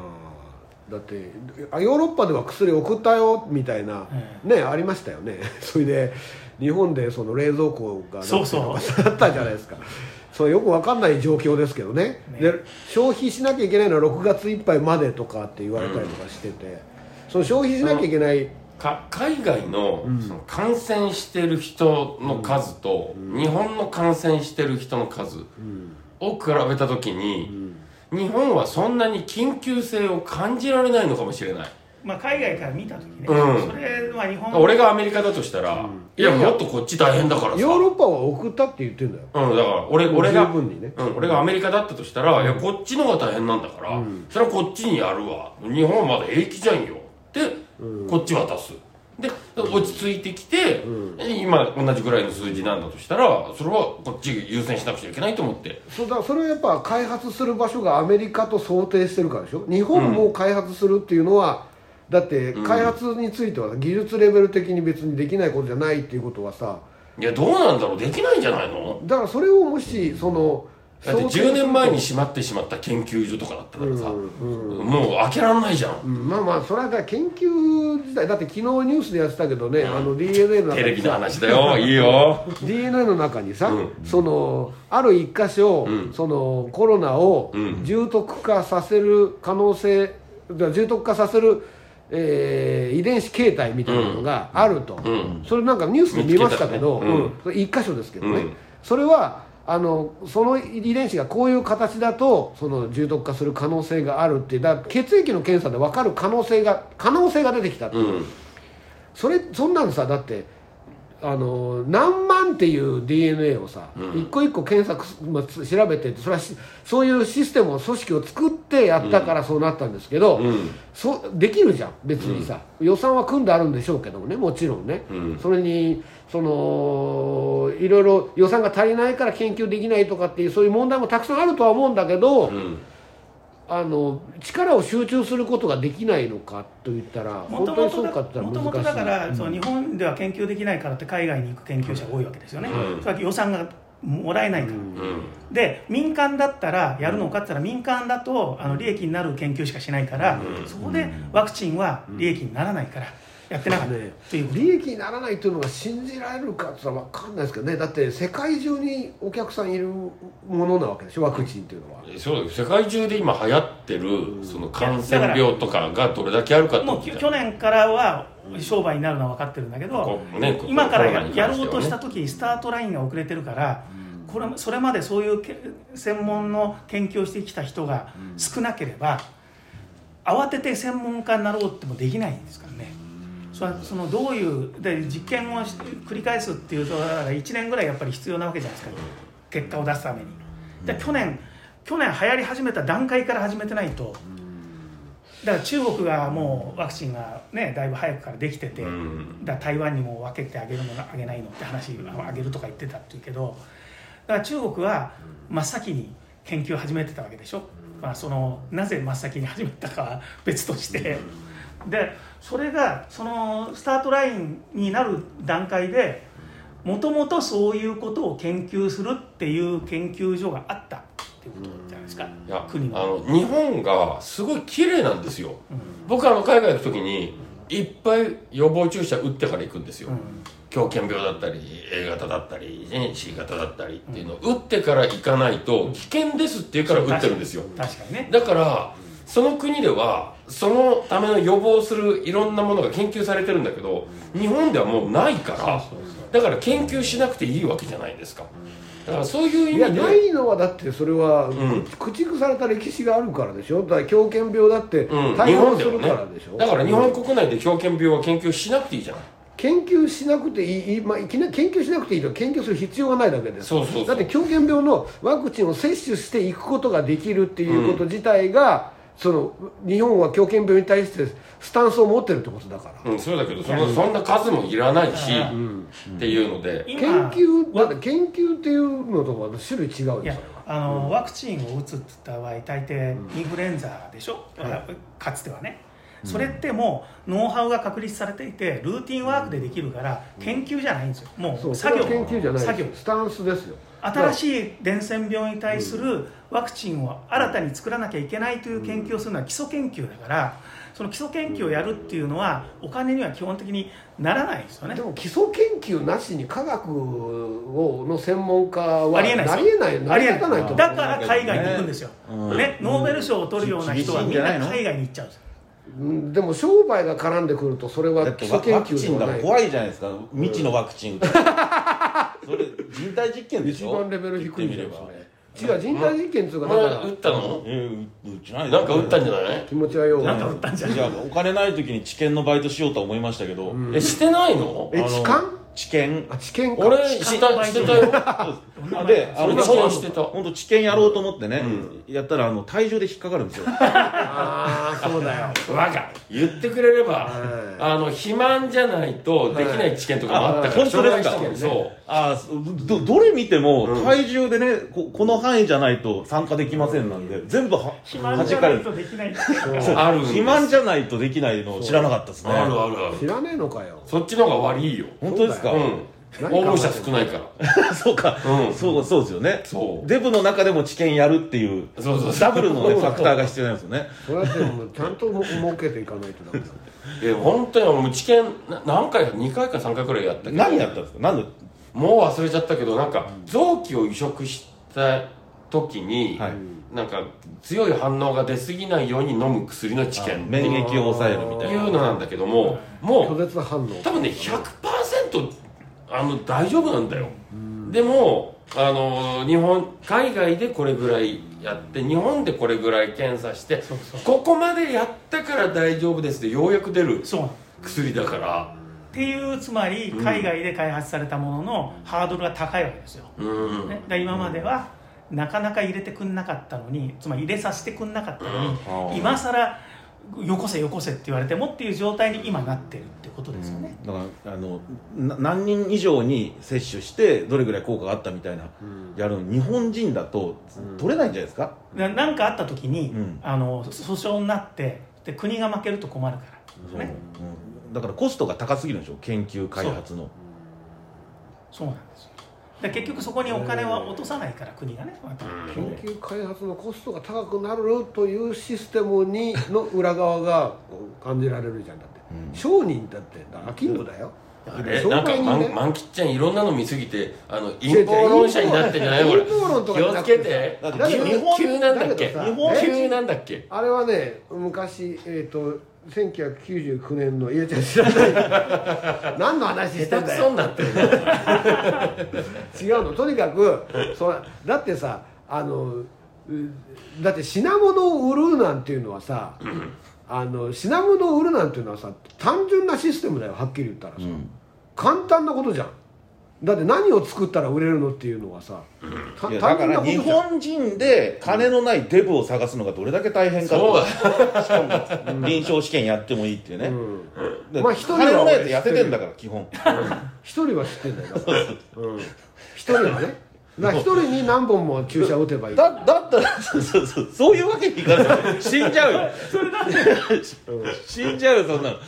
[SPEAKER 2] あだってあヨーロッパでは薬送ったよみたいな、ねありましたよね それで日本でその冷蔵庫が
[SPEAKER 3] そうそう
[SPEAKER 2] あったじゃないですかそうよくわかんない状況ですけどねで消費しなきゃいけないのは6月いっぱいまでとかって言われたりとかしてて、その消費しなきゃいけない、
[SPEAKER 4] か海外のその感染してる人の数と日本の感染してる人の数を比べた時に日本はそんなに緊急性を感じられないのかもしれない
[SPEAKER 3] まあ、海外から見た時ね、
[SPEAKER 4] うん
[SPEAKER 3] それは日本
[SPEAKER 4] 俺がアメリカだとしたらいやもっとこっち大変だからさ
[SPEAKER 2] ヨーロッパは送ったって言ってんだよ
[SPEAKER 4] うん、だから俺俺が、
[SPEAKER 2] 十分にね
[SPEAKER 4] うん、俺がアメリカだったとしたら、いやこっちの方が大変なんだから、それはこっちにやるわ日本はまだ平気じゃんよで、こっち渡すで落ち着いてきて、今同じぐらいの数字なんだとしたらそれはこっち優先しなくちゃいけないと思って
[SPEAKER 2] そうだそれはやっぱ開発する場所がアメリカと想定してるからでしょ日本も開発するっていうのは、だって開発については技術レベル的に別にできないことじゃないっていうことはさ
[SPEAKER 4] いやどうなんだろうできないんじゃないの
[SPEAKER 2] だからそれをもしその
[SPEAKER 4] だって
[SPEAKER 2] 想定する
[SPEAKER 4] 10年前に閉まってしまった研究所とかだったからさ、もう開けられないじゃん
[SPEAKER 2] うんまあまあそれはだから研究自体だって昨日ニュースでやってたけどね、あの DNA の中
[SPEAKER 4] テレビ
[SPEAKER 2] に
[SPEAKER 4] の
[SPEAKER 2] さ
[SPEAKER 4] 話だよいいよ
[SPEAKER 2] DNA の中にさ、そのある一箇所、そのコロナを
[SPEAKER 4] うん
[SPEAKER 2] 重篤化させる可能性、だから重篤化させる、えー遺伝子形態みたいなのがあると、
[SPEAKER 4] ん
[SPEAKER 2] それなんかニュースで見ましたけど、
[SPEAKER 4] 見つけたねうん
[SPEAKER 2] うんそれ一箇所ですけどね、
[SPEAKER 4] うん
[SPEAKER 2] それはあのその遺伝子がこういう形だとその重篤化する可能性があるっていうだから血液の検査で分かる可能性が可能性が出てきたっていううんそれそんなのさだってあの何万っていう DNA をさ、一個一個検索す、まあ、つ調べてそれはしそういうシステムを組織を作ってやったからそうなったんですけど、
[SPEAKER 4] うん
[SPEAKER 2] そうできるじゃん別にさ、予算は組んであるんでしょうけどもねもちろんね、
[SPEAKER 4] うん
[SPEAKER 2] それにそのいろいろ予算が足りないから研究できないとかっていうそういう問題もたくさんあるとは思うんだけど、
[SPEAKER 4] うん
[SPEAKER 2] あの力を集中することができないのかと言ったら
[SPEAKER 3] も
[SPEAKER 2] 本
[SPEAKER 3] と
[SPEAKER 2] 当
[SPEAKER 3] も
[SPEAKER 2] にそ
[SPEAKER 3] と
[SPEAKER 2] う
[SPEAKER 3] だ
[SPEAKER 2] かって言
[SPEAKER 3] も
[SPEAKER 2] った
[SPEAKER 3] と
[SPEAKER 2] ら
[SPEAKER 3] もと
[SPEAKER 2] 難しい
[SPEAKER 3] だから、その日本では研究できないからって海外に行く研究者が多いわけですよね、
[SPEAKER 4] うん
[SPEAKER 3] それは予算がもらえないから、
[SPEAKER 4] うん
[SPEAKER 3] で民間だったらやるのかって言ったら民間だとあの利益になる研究しかしないから、そこでワクチンは利益にならないからやってなかったっていうこと
[SPEAKER 2] 利益にならないというのが信じられるかって言ったら分かんないですけどねだって世界中にお客さんいるものなわけでしょワクチンっていうのは
[SPEAKER 4] そうだよ世界中で今流行ってるその感染病とかがどれだけあるかって
[SPEAKER 3] もう
[SPEAKER 4] こ
[SPEAKER 3] き
[SPEAKER 4] と
[SPEAKER 3] ょ
[SPEAKER 4] じゃ
[SPEAKER 3] 去
[SPEAKER 4] ん
[SPEAKER 3] 年からは商売になるのは分かってるんだけど
[SPEAKER 4] こうねこう
[SPEAKER 3] 今からや,、
[SPEAKER 4] コロナに関してはね
[SPEAKER 3] ろうとした時にスタートラインが遅れてるから、これもそれまでそういうけ専門の研究をしてきた人が少なければ、慌てて専門家になろうってもできないんですからね。それはそのどういうで実験をし繰り返すっていうとだから1年ぐらいやっぱり必要なわけじゃないですか結果を出すためにで去年去年流行り始めた段階から始めてないとだから中国がもうワクチンがねだいぶ早くからできてて、
[SPEAKER 4] うん
[SPEAKER 3] だから台湾にも分けてあげるのあげないのって話あげるとか言ってたっていうけどだから中国は真っ先に研究を始めてたわけでしょ、まあ、そのなぜ真っ先に始めたかは別としてでそれがそのスタートラインになる段階でもともとそういうことを研究するっていう研究所があったっていうことじゃないですか
[SPEAKER 4] いやあ
[SPEAKER 3] 国は。
[SPEAKER 4] の日本がすごい綺麗なんですよ、僕あの海外行く時にいっぱい予防注射打ってから行くんですよ、狂犬病だったり A 型だったりね C 型だったりっていうのを打ってから行かないと危険ですって言うから打ってるんですよ
[SPEAKER 3] 確かにね
[SPEAKER 4] だからその国ではそのための予防するいろんなものが研究されてるんだけど日本ではもうないからだから研究しなくていいわけじゃないですかだからそういう意
[SPEAKER 2] いや
[SPEAKER 4] 味で
[SPEAKER 2] ないのはだってそれは、
[SPEAKER 4] ん
[SPEAKER 2] く駆逐された歴史があるからでしょだから狂犬病だって
[SPEAKER 4] うん、
[SPEAKER 2] 対
[SPEAKER 4] 日
[SPEAKER 2] 応
[SPEAKER 4] 本
[SPEAKER 2] す
[SPEAKER 4] で
[SPEAKER 2] る
[SPEAKER 4] は
[SPEAKER 2] からでしょ、
[SPEAKER 4] ねだから日本国内で狂犬病は研究しなくていいじゃない
[SPEAKER 2] 研究しなくていいいい、まあ、いきな研究しなくていいと研究する必要がないだけです
[SPEAKER 4] そうそうそう
[SPEAKER 2] だって狂犬病のワクチンを接種していくことができるっていうこと自体が、その日本は狂犬病に対してスタンスを持ってるってことだから、
[SPEAKER 4] うん、そうだけどそのそんな数もいらないし、
[SPEAKER 3] う
[SPEAKER 4] っていうので、
[SPEAKER 2] 研
[SPEAKER 3] 今
[SPEAKER 2] 究だって研究っていうのとは種類違うよそ
[SPEAKER 3] い
[SPEAKER 2] れ
[SPEAKER 3] や
[SPEAKER 2] は
[SPEAKER 3] あの、ワクチンを打つって言った場合大抵インフルエンザでしょ、かつてはねそれってもうノウハウが確立されていてルーティンワークでできるから研究じゃないんですよも
[SPEAKER 2] そうう
[SPEAKER 3] 作業
[SPEAKER 2] それは研究じゃない
[SPEAKER 3] 作業
[SPEAKER 2] スタンスですよ
[SPEAKER 3] 新
[SPEAKER 2] い
[SPEAKER 3] しい伝染病に対するワクチンを新たに作らなきゃいけないという研究をするのは基礎研究だからその基礎研究をやるっていうのはお金には基本的にならないんですよね
[SPEAKER 2] でも基礎研究なしに科学をの専門家は
[SPEAKER 3] ありえないですよ
[SPEAKER 2] なりえない成り立たないと思う
[SPEAKER 3] だから海外に行くんですよ、
[SPEAKER 1] うん
[SPEAKER 3] ね、ノーベル賞を取るような人はみんな海外に行っちゃうんですよ
[SPEAKER 2] うんでも商売が絡んでくるとそれ
[SPEAKER 1] だ
[SPEAKER 2] は
[SPEAKER 1] っ
[SPEAKER 2] 基
[SPEAKER 1] て
[SPEAKER 2] 礎
[SPEAKER 1] ワ
[SPEAKER 2] 研
[SPEAKER 1] ワクチ
[SPEAKER 2] 究
[SPEAKER 1] ン
[SPEAKER 2] で
[SPEAKER 1] だ
[SPEAKER 2] は
[SPEAKER 1] と
[SPEAKER 2] ない
[SPEAKER 1] 怖いじゃないですか未知のワクチンそれ人体実験でし
[SPEAKER 2] 一
[SPEAKER 1] ょ
[SPEAKER 2] 番レベル低
[SPEAKER 1] 言
[SPEAKER 2] い
[SPEAKER 1] ってみ
[SPEAKER 2] じゃ
[SPEAKER 1] れ
[SPEAKER 2] ん
[SPEAKER 1] ば
[SPEAKER 2] それ違う人体実験っていうか
[SPEAKER 4] こ
[SPEAKER 2] だ
[SPEAKER 4] れ
[SPEAKER 2] から
[SPEAKER 4] 打ったの
[SPEAKER 1] えーううちない
[SPEAKER 4] なんか打ったんじゃない
[SPEAKER 2] 気持ちはよう
[SPEAKER 3] なんか売ったんじゃない
[SPEAKER 1] いやお金ない時に治験のバイトしようとは思いましたけど、
[SPEAKER 4] えしてないの
[SPEAKER 2] え
[SPEAKER 1] あの
[SPEAKER 2] 痴漢
[SPEAKER 1] 治験
[SPEAKER 2] あ知見か
[SPEAKER 4] 俺したしてたよ
[SPEAKER 1] あで、あ
[SPEAKER 4] それ
[SPEAKER 1] の、
[SPEAKER 4] 治験してた
[SPEAKER 1] 本当治験やろうと思ってね、やったら、あの、体重で引っかかるんですよ。
[SPEAKER 2] ああそうだよ
[SPEAKER 4] バカ言ってくれれば
[SPEAKER 2] はい
[SPEAKER 4] あの肥満じゃないとできない治験とかもあったから、
[SPEAKER 1] はいあ本当ですか
[SPEAKER 4] 障害治験そう
[SPEAKER 1] あーすど、どれ見ても、体重でね、こ、この範囲じゃないと参加できませんなんで、全部は、
[SPEAKER 3] 肥満じゃないとできない
[SPEAKER 1] そう
[SPEAKER 4] あるんです
[SPEAKER 1] 肥満じゃないとできないのを知らなかったですね。
[SPEAKER 4] あるあるあ
[SPEAKER 2] 知
[SPEAKER 4] る
[SPEAKER 2] らねえのかよ
[SPEAKER 4] そっちの方が悪いよ
[SPEAKER 1] 本当ですか
[SPEAKER 4] うん
[SPEAKER 2] 何考えてんの
[SPEAKER 4] 応募者少ないか ら
[SPEAKER 1] そうか、
[SPEAKER 4] うん
[SPEAKER 1] そう、そうですよね。
[SPEAKER 4] そう
[SPEAKER 1] デブの中でも治験やるっていう、
[SPEAKER 4] そうそうそう
[SPEAKER 1] ダブルのね、ファクターが必要なんですよね。
[SPEAKER 2] それはでもちゃんとも儲けていかないとダメだ
[SPEAKER 4] え本当に俺も治験な何回か2回か3回くらいやったけど
[SPEAKER 1] 何やったんですかなんで、
[SPEAKER 4] もう忘れちゃったけどなんか臓器を移植した時に、
[SPEAKER 1] はい
[SPEAKER 4] なんか強い反応が出過ぎないように飲む薬の治験って
[SPEAKER 1] 免疫を抑えるみたい
[SPEAKER 4] いう
[SPEAKER 1] な。
[SPEAKER 4] のなんだけどもも
[SPEAKER 2] 拒
[SPEAKER 4] う
[SPEAKER 2] 絶反応
[SPEAKER 4] 多分ね100%あの大丈夫なんだよでもあの日本海外でこれぐらいやって日本でこれぐらい検査してここまでやったから大丈夫ですでようやく出る
[SPEAKER 3] そうっ
[SPEAKER 4] 薬だから
[SPEAKER 3] ていうつまり海外で開発されたもののハードルが高いわけですよ、
[SPEAKER 4] うん
[SPEAKER 3] ね、だから今まではなかなか入れてくんなかったのにつまり入れさせてくんなかったの
[SPEAKER 1] うん
[SPEAKER 3] に今さらよこせよこせって言われてもっていう状態に今なってるってことですよね、
[SPEAKER 1] だからあのな何人以上に接種してどれぐらい効果があったみたいな、やるの日本人だと、取れないんじゃないですか
[SPEAKER 3] ななんかあった時に、
[SPEAKER 1] うん
[SPEAKER 3] あの訴訟になってで国が負けると困るから、ね、
[SPEAKER 1] うんだからコストが高すぎるんでしょ研究開発の
[SPEAKER 3] そうなんですよで結局そこにお金は落とさないから国がね、また
[SPEAKER 2] 研究開発のコストが高くなるというシステムにの裏側が感じられるじゃんだって、商人だってだ飽きんのだよ、
[SPEAKER 4] あれ
[SPEAKER 2] 商
[SPEAKER 4] なんか
[SPEAKER 2] 売
[SPEAKER 4] マ
[SPEAKER 2] 人
[SPEAKER 4] ン
[SPEAKER 2] ね
[SPEAKER 4] マンキッちゃんいろんなの見すぎてあの陰謀論者になってんじゃないこれ
[SPEAKER 2] 陰謀論とか
[SPEAKER 4] 気
[SPEAKER 2] じゃ
[SPEAKER 4] を
[SPEAKER 2] な
[SPEAKER 4] つ
[SPEAKER 2] くて
[SPEAKER 4] けて
[SPEAKER 1] だって
[SPEAKER 4] 急
[SPEAKER 1] 日本
[SPEAKER 4] 急なんだっけ
[SPEAKER 2] だけどさ
[SPEAKER 1] ね
[SPEAKER 4] 急なんだっけ
[SPEAKER 2] あれはね昔えっ、と1999年のいや違う知らな い何の話し
[SPEAKER 4] 下手
[SPEAKER 2] てん
[SPEAKER 4] く
[SPEAKER 2] だ
[SPEAKER 4] そ
[SPEAKER 2] よ
[SPEAKER 4] になってる
[SPEAKER 2] 違うのとにかくそうだってさあのうだって品物を売るなんていうのはさあの品物を売るなんていうのはさ単純なシステムだよはっきり言ったらさ、簡単なことじゃんだって何を作ったら売れるのっていうのはさ、た
[SPEAKER 1] いやだ
[SPEAKER 2] 単
[SPEAKER 1] か
[SPEAKER 2] 純な
[SPEAKER 1] ら
[SPEAKER 2] こ
[SPEAKER 1] 日
[SPEAKER 2] とじゃん
[SPEAKER 1] 本人で金のないデブを探すのがどれだけ大変か
[SPEAKER 4] そうだ
[SPEAKER 1] しかも臨床試験やってもいいっていうね、で
[SPEAKER 2] まあ一人は
[SPEAKER 1] 金のないやつ痩せてんだから基本
[SPEAKER 2] 一人は知ってんだよだからうん一人はねだから一人に何本も注射打てばいい
[SPEAKER 1] だだったらそうそうそうそういうわけにいかない死んじゃうよ死んじゃうよそんなので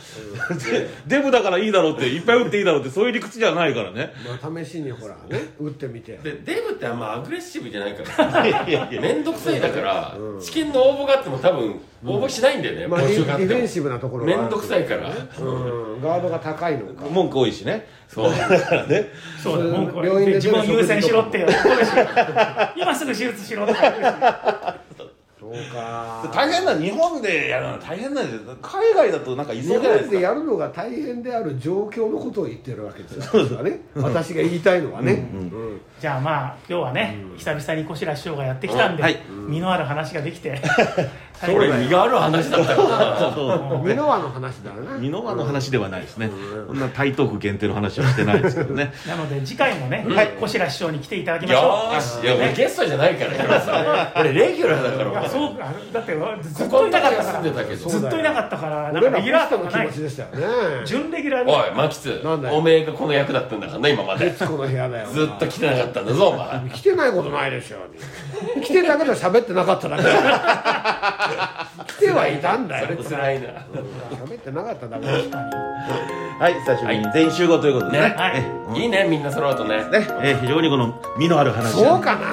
[SPEAKER 1] デブだからいいだろうっていっぱい打っていいだろうってそういう理屈じゃないからね
[SPEAKER 2] まあ試しにほらね打ってみて
[SPEAKER 4] でデブってあんまアグレッシブじゃないから
[SPEAKER 1] いやいや
[SPEAKER 4] 面倒くさいだから、治験の応募があっても多分応募しないんだよね、
[SPEAKER 2] まあ、デ
[SPEAKER 4] 募集
[SPEAKER 2] ィ
[SPEAKER 4] があっ
[SPEAKER 2] デ
[SPEAKER 4] て
[SPEAKER 2] ィフェ
[SPEAKER 4] も
[SPEAKER 2] ンシブなところ
[SPEAKER 4] 面倒くさ
[SPEAKER 2] い、
[SPEAKER 4] いから
[SPEAKER 2] うん、ガードが高いのか
[SPEAKER 1] 文句多いしね
[SPEAKER 4] そう
[SPEAKER 1] からね
[SPEAKER 3] そうだ、文句は
[SPEAKER 2] 病院で
[SPEAKER 3] 自分を優先しろって言るし、 今すぐ手術しろって言るし、
[SPEAKER 2] そうか
[SPEAKER 1] 大変だ日本でやるのは大変なんですよ海外だとなんかい
[SPEAKER 2] 日
[SPEAKER 1] そうじゃないで
[SPEAKER 2] 本
[SPEAKER 1] す
[SPEAKER 2] で
[SPEAKER 1] か
[SPEAKER 2] やるのが大変である状況のことを言ってるわけですよ、ね、私が言いたいのはね、うん
[SPEAKER 3] じゃあまあ、今日はね、久々に小白師匠がやってきたんで、
[SPEAKER 1] はい
[SPEAKER 3] 身のある話ができて、
[SPEAKER 4] それ身がある話だったよな
[SPEAKER 1] そう
[SPEAKER 2] 箕輪の話だな
[SPEAKER 1] 箕輪の話ではないですねこんな台東区限定の話はしてないですけどね
[SPEAKER 3] なので次回もね、小白師匠に来ていただきまし
[SPEAKER 4] よ
[SPEAKER 3] ょ
[SPEAKER 4] ーしいや俺ゲストじゃないから今さ俺レギュラーだか
[SPEAKER 3] う。い
[SPEAKER 4] ら
[SPEAKER 3] や
[SPEAKER 4] 俺
[SPEAKER 3] そうかだってずっ
[SPEAKER 4] ことこ
[SPEAKER 3] い
[SPEAKER 4] だ
[SPEAKER 3] な
[SPEAKER 4] か
[SPEAKER 3] かっ
[SPEAKER 4] ら
[SPEAKER 3] た
[SPEAKER 4] 住
[SPEAKER 3] か
[SPEAKER 4] んでたけど
[SPEAKER 3] らずっといなかったからなん
[SPEAKER 2] 俺
[SPEAKER 3] からレギュラー
[SPEAKER 2] ホ
[SPEAKER 3] とか
[SPEAKER 2] ストの
[SPEAKER 3] ない
[SPEAKER 2] 気持ちでしたよね
[SPEAKER 3] 準レギュラー
[SPEAKER 4] おい
[SPEAKER 3] で
[SPEAKER 4] マキツ
[SPEAKER 2] なんだよ
[SPEAKER 4] おめえがこの役だったんだからな今まで
[SPEAKER 2] 徹子の部屋だよ
[SPEAKER 4] ずっと来てなかったんだぞお前
[SPEAKER 2] 来てないことないでしょ来てたけど喋ってなかっただけだ来てはいたんだ
[SPEAKER 4] それ
[SPEAKER 2] よ
[SPEAKER 4] 辛いな
[SPEAKER 2] 喋ってなかっただけだ
[SPEAKER 1] はい久しぶりに全員集合ということでね
[SPEAKER 4] ね
[SPEAKER 3] はい
[SPEAKER 1] えうん
[SPEAKER 4] いいねみんな揃うとね
[SPEAKER 1] ねえー非常にこの身のある話
[SPEAKER 2] そうかない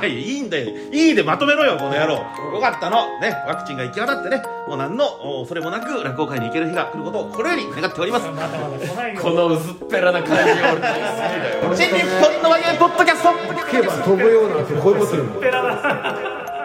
[SPEAKER 1] やいやいいんだよいいでまとめろよこの野郎よかったのねワクチンが行き渡ってねもう何のお恐れもなく落語会に行ける日が来ることを心より願っております
[SPEAKER 3] まだまだ来ないよ
[SPEAKER 4] この薄っぺらな感じが俺大好きだよ
[SPEAKER 1] 新日本の和牛ポッドキャスト
[SPEAKER 2] 聞けば飛ぶようなってこういうことよ
[SPEAKER 3] ペラだ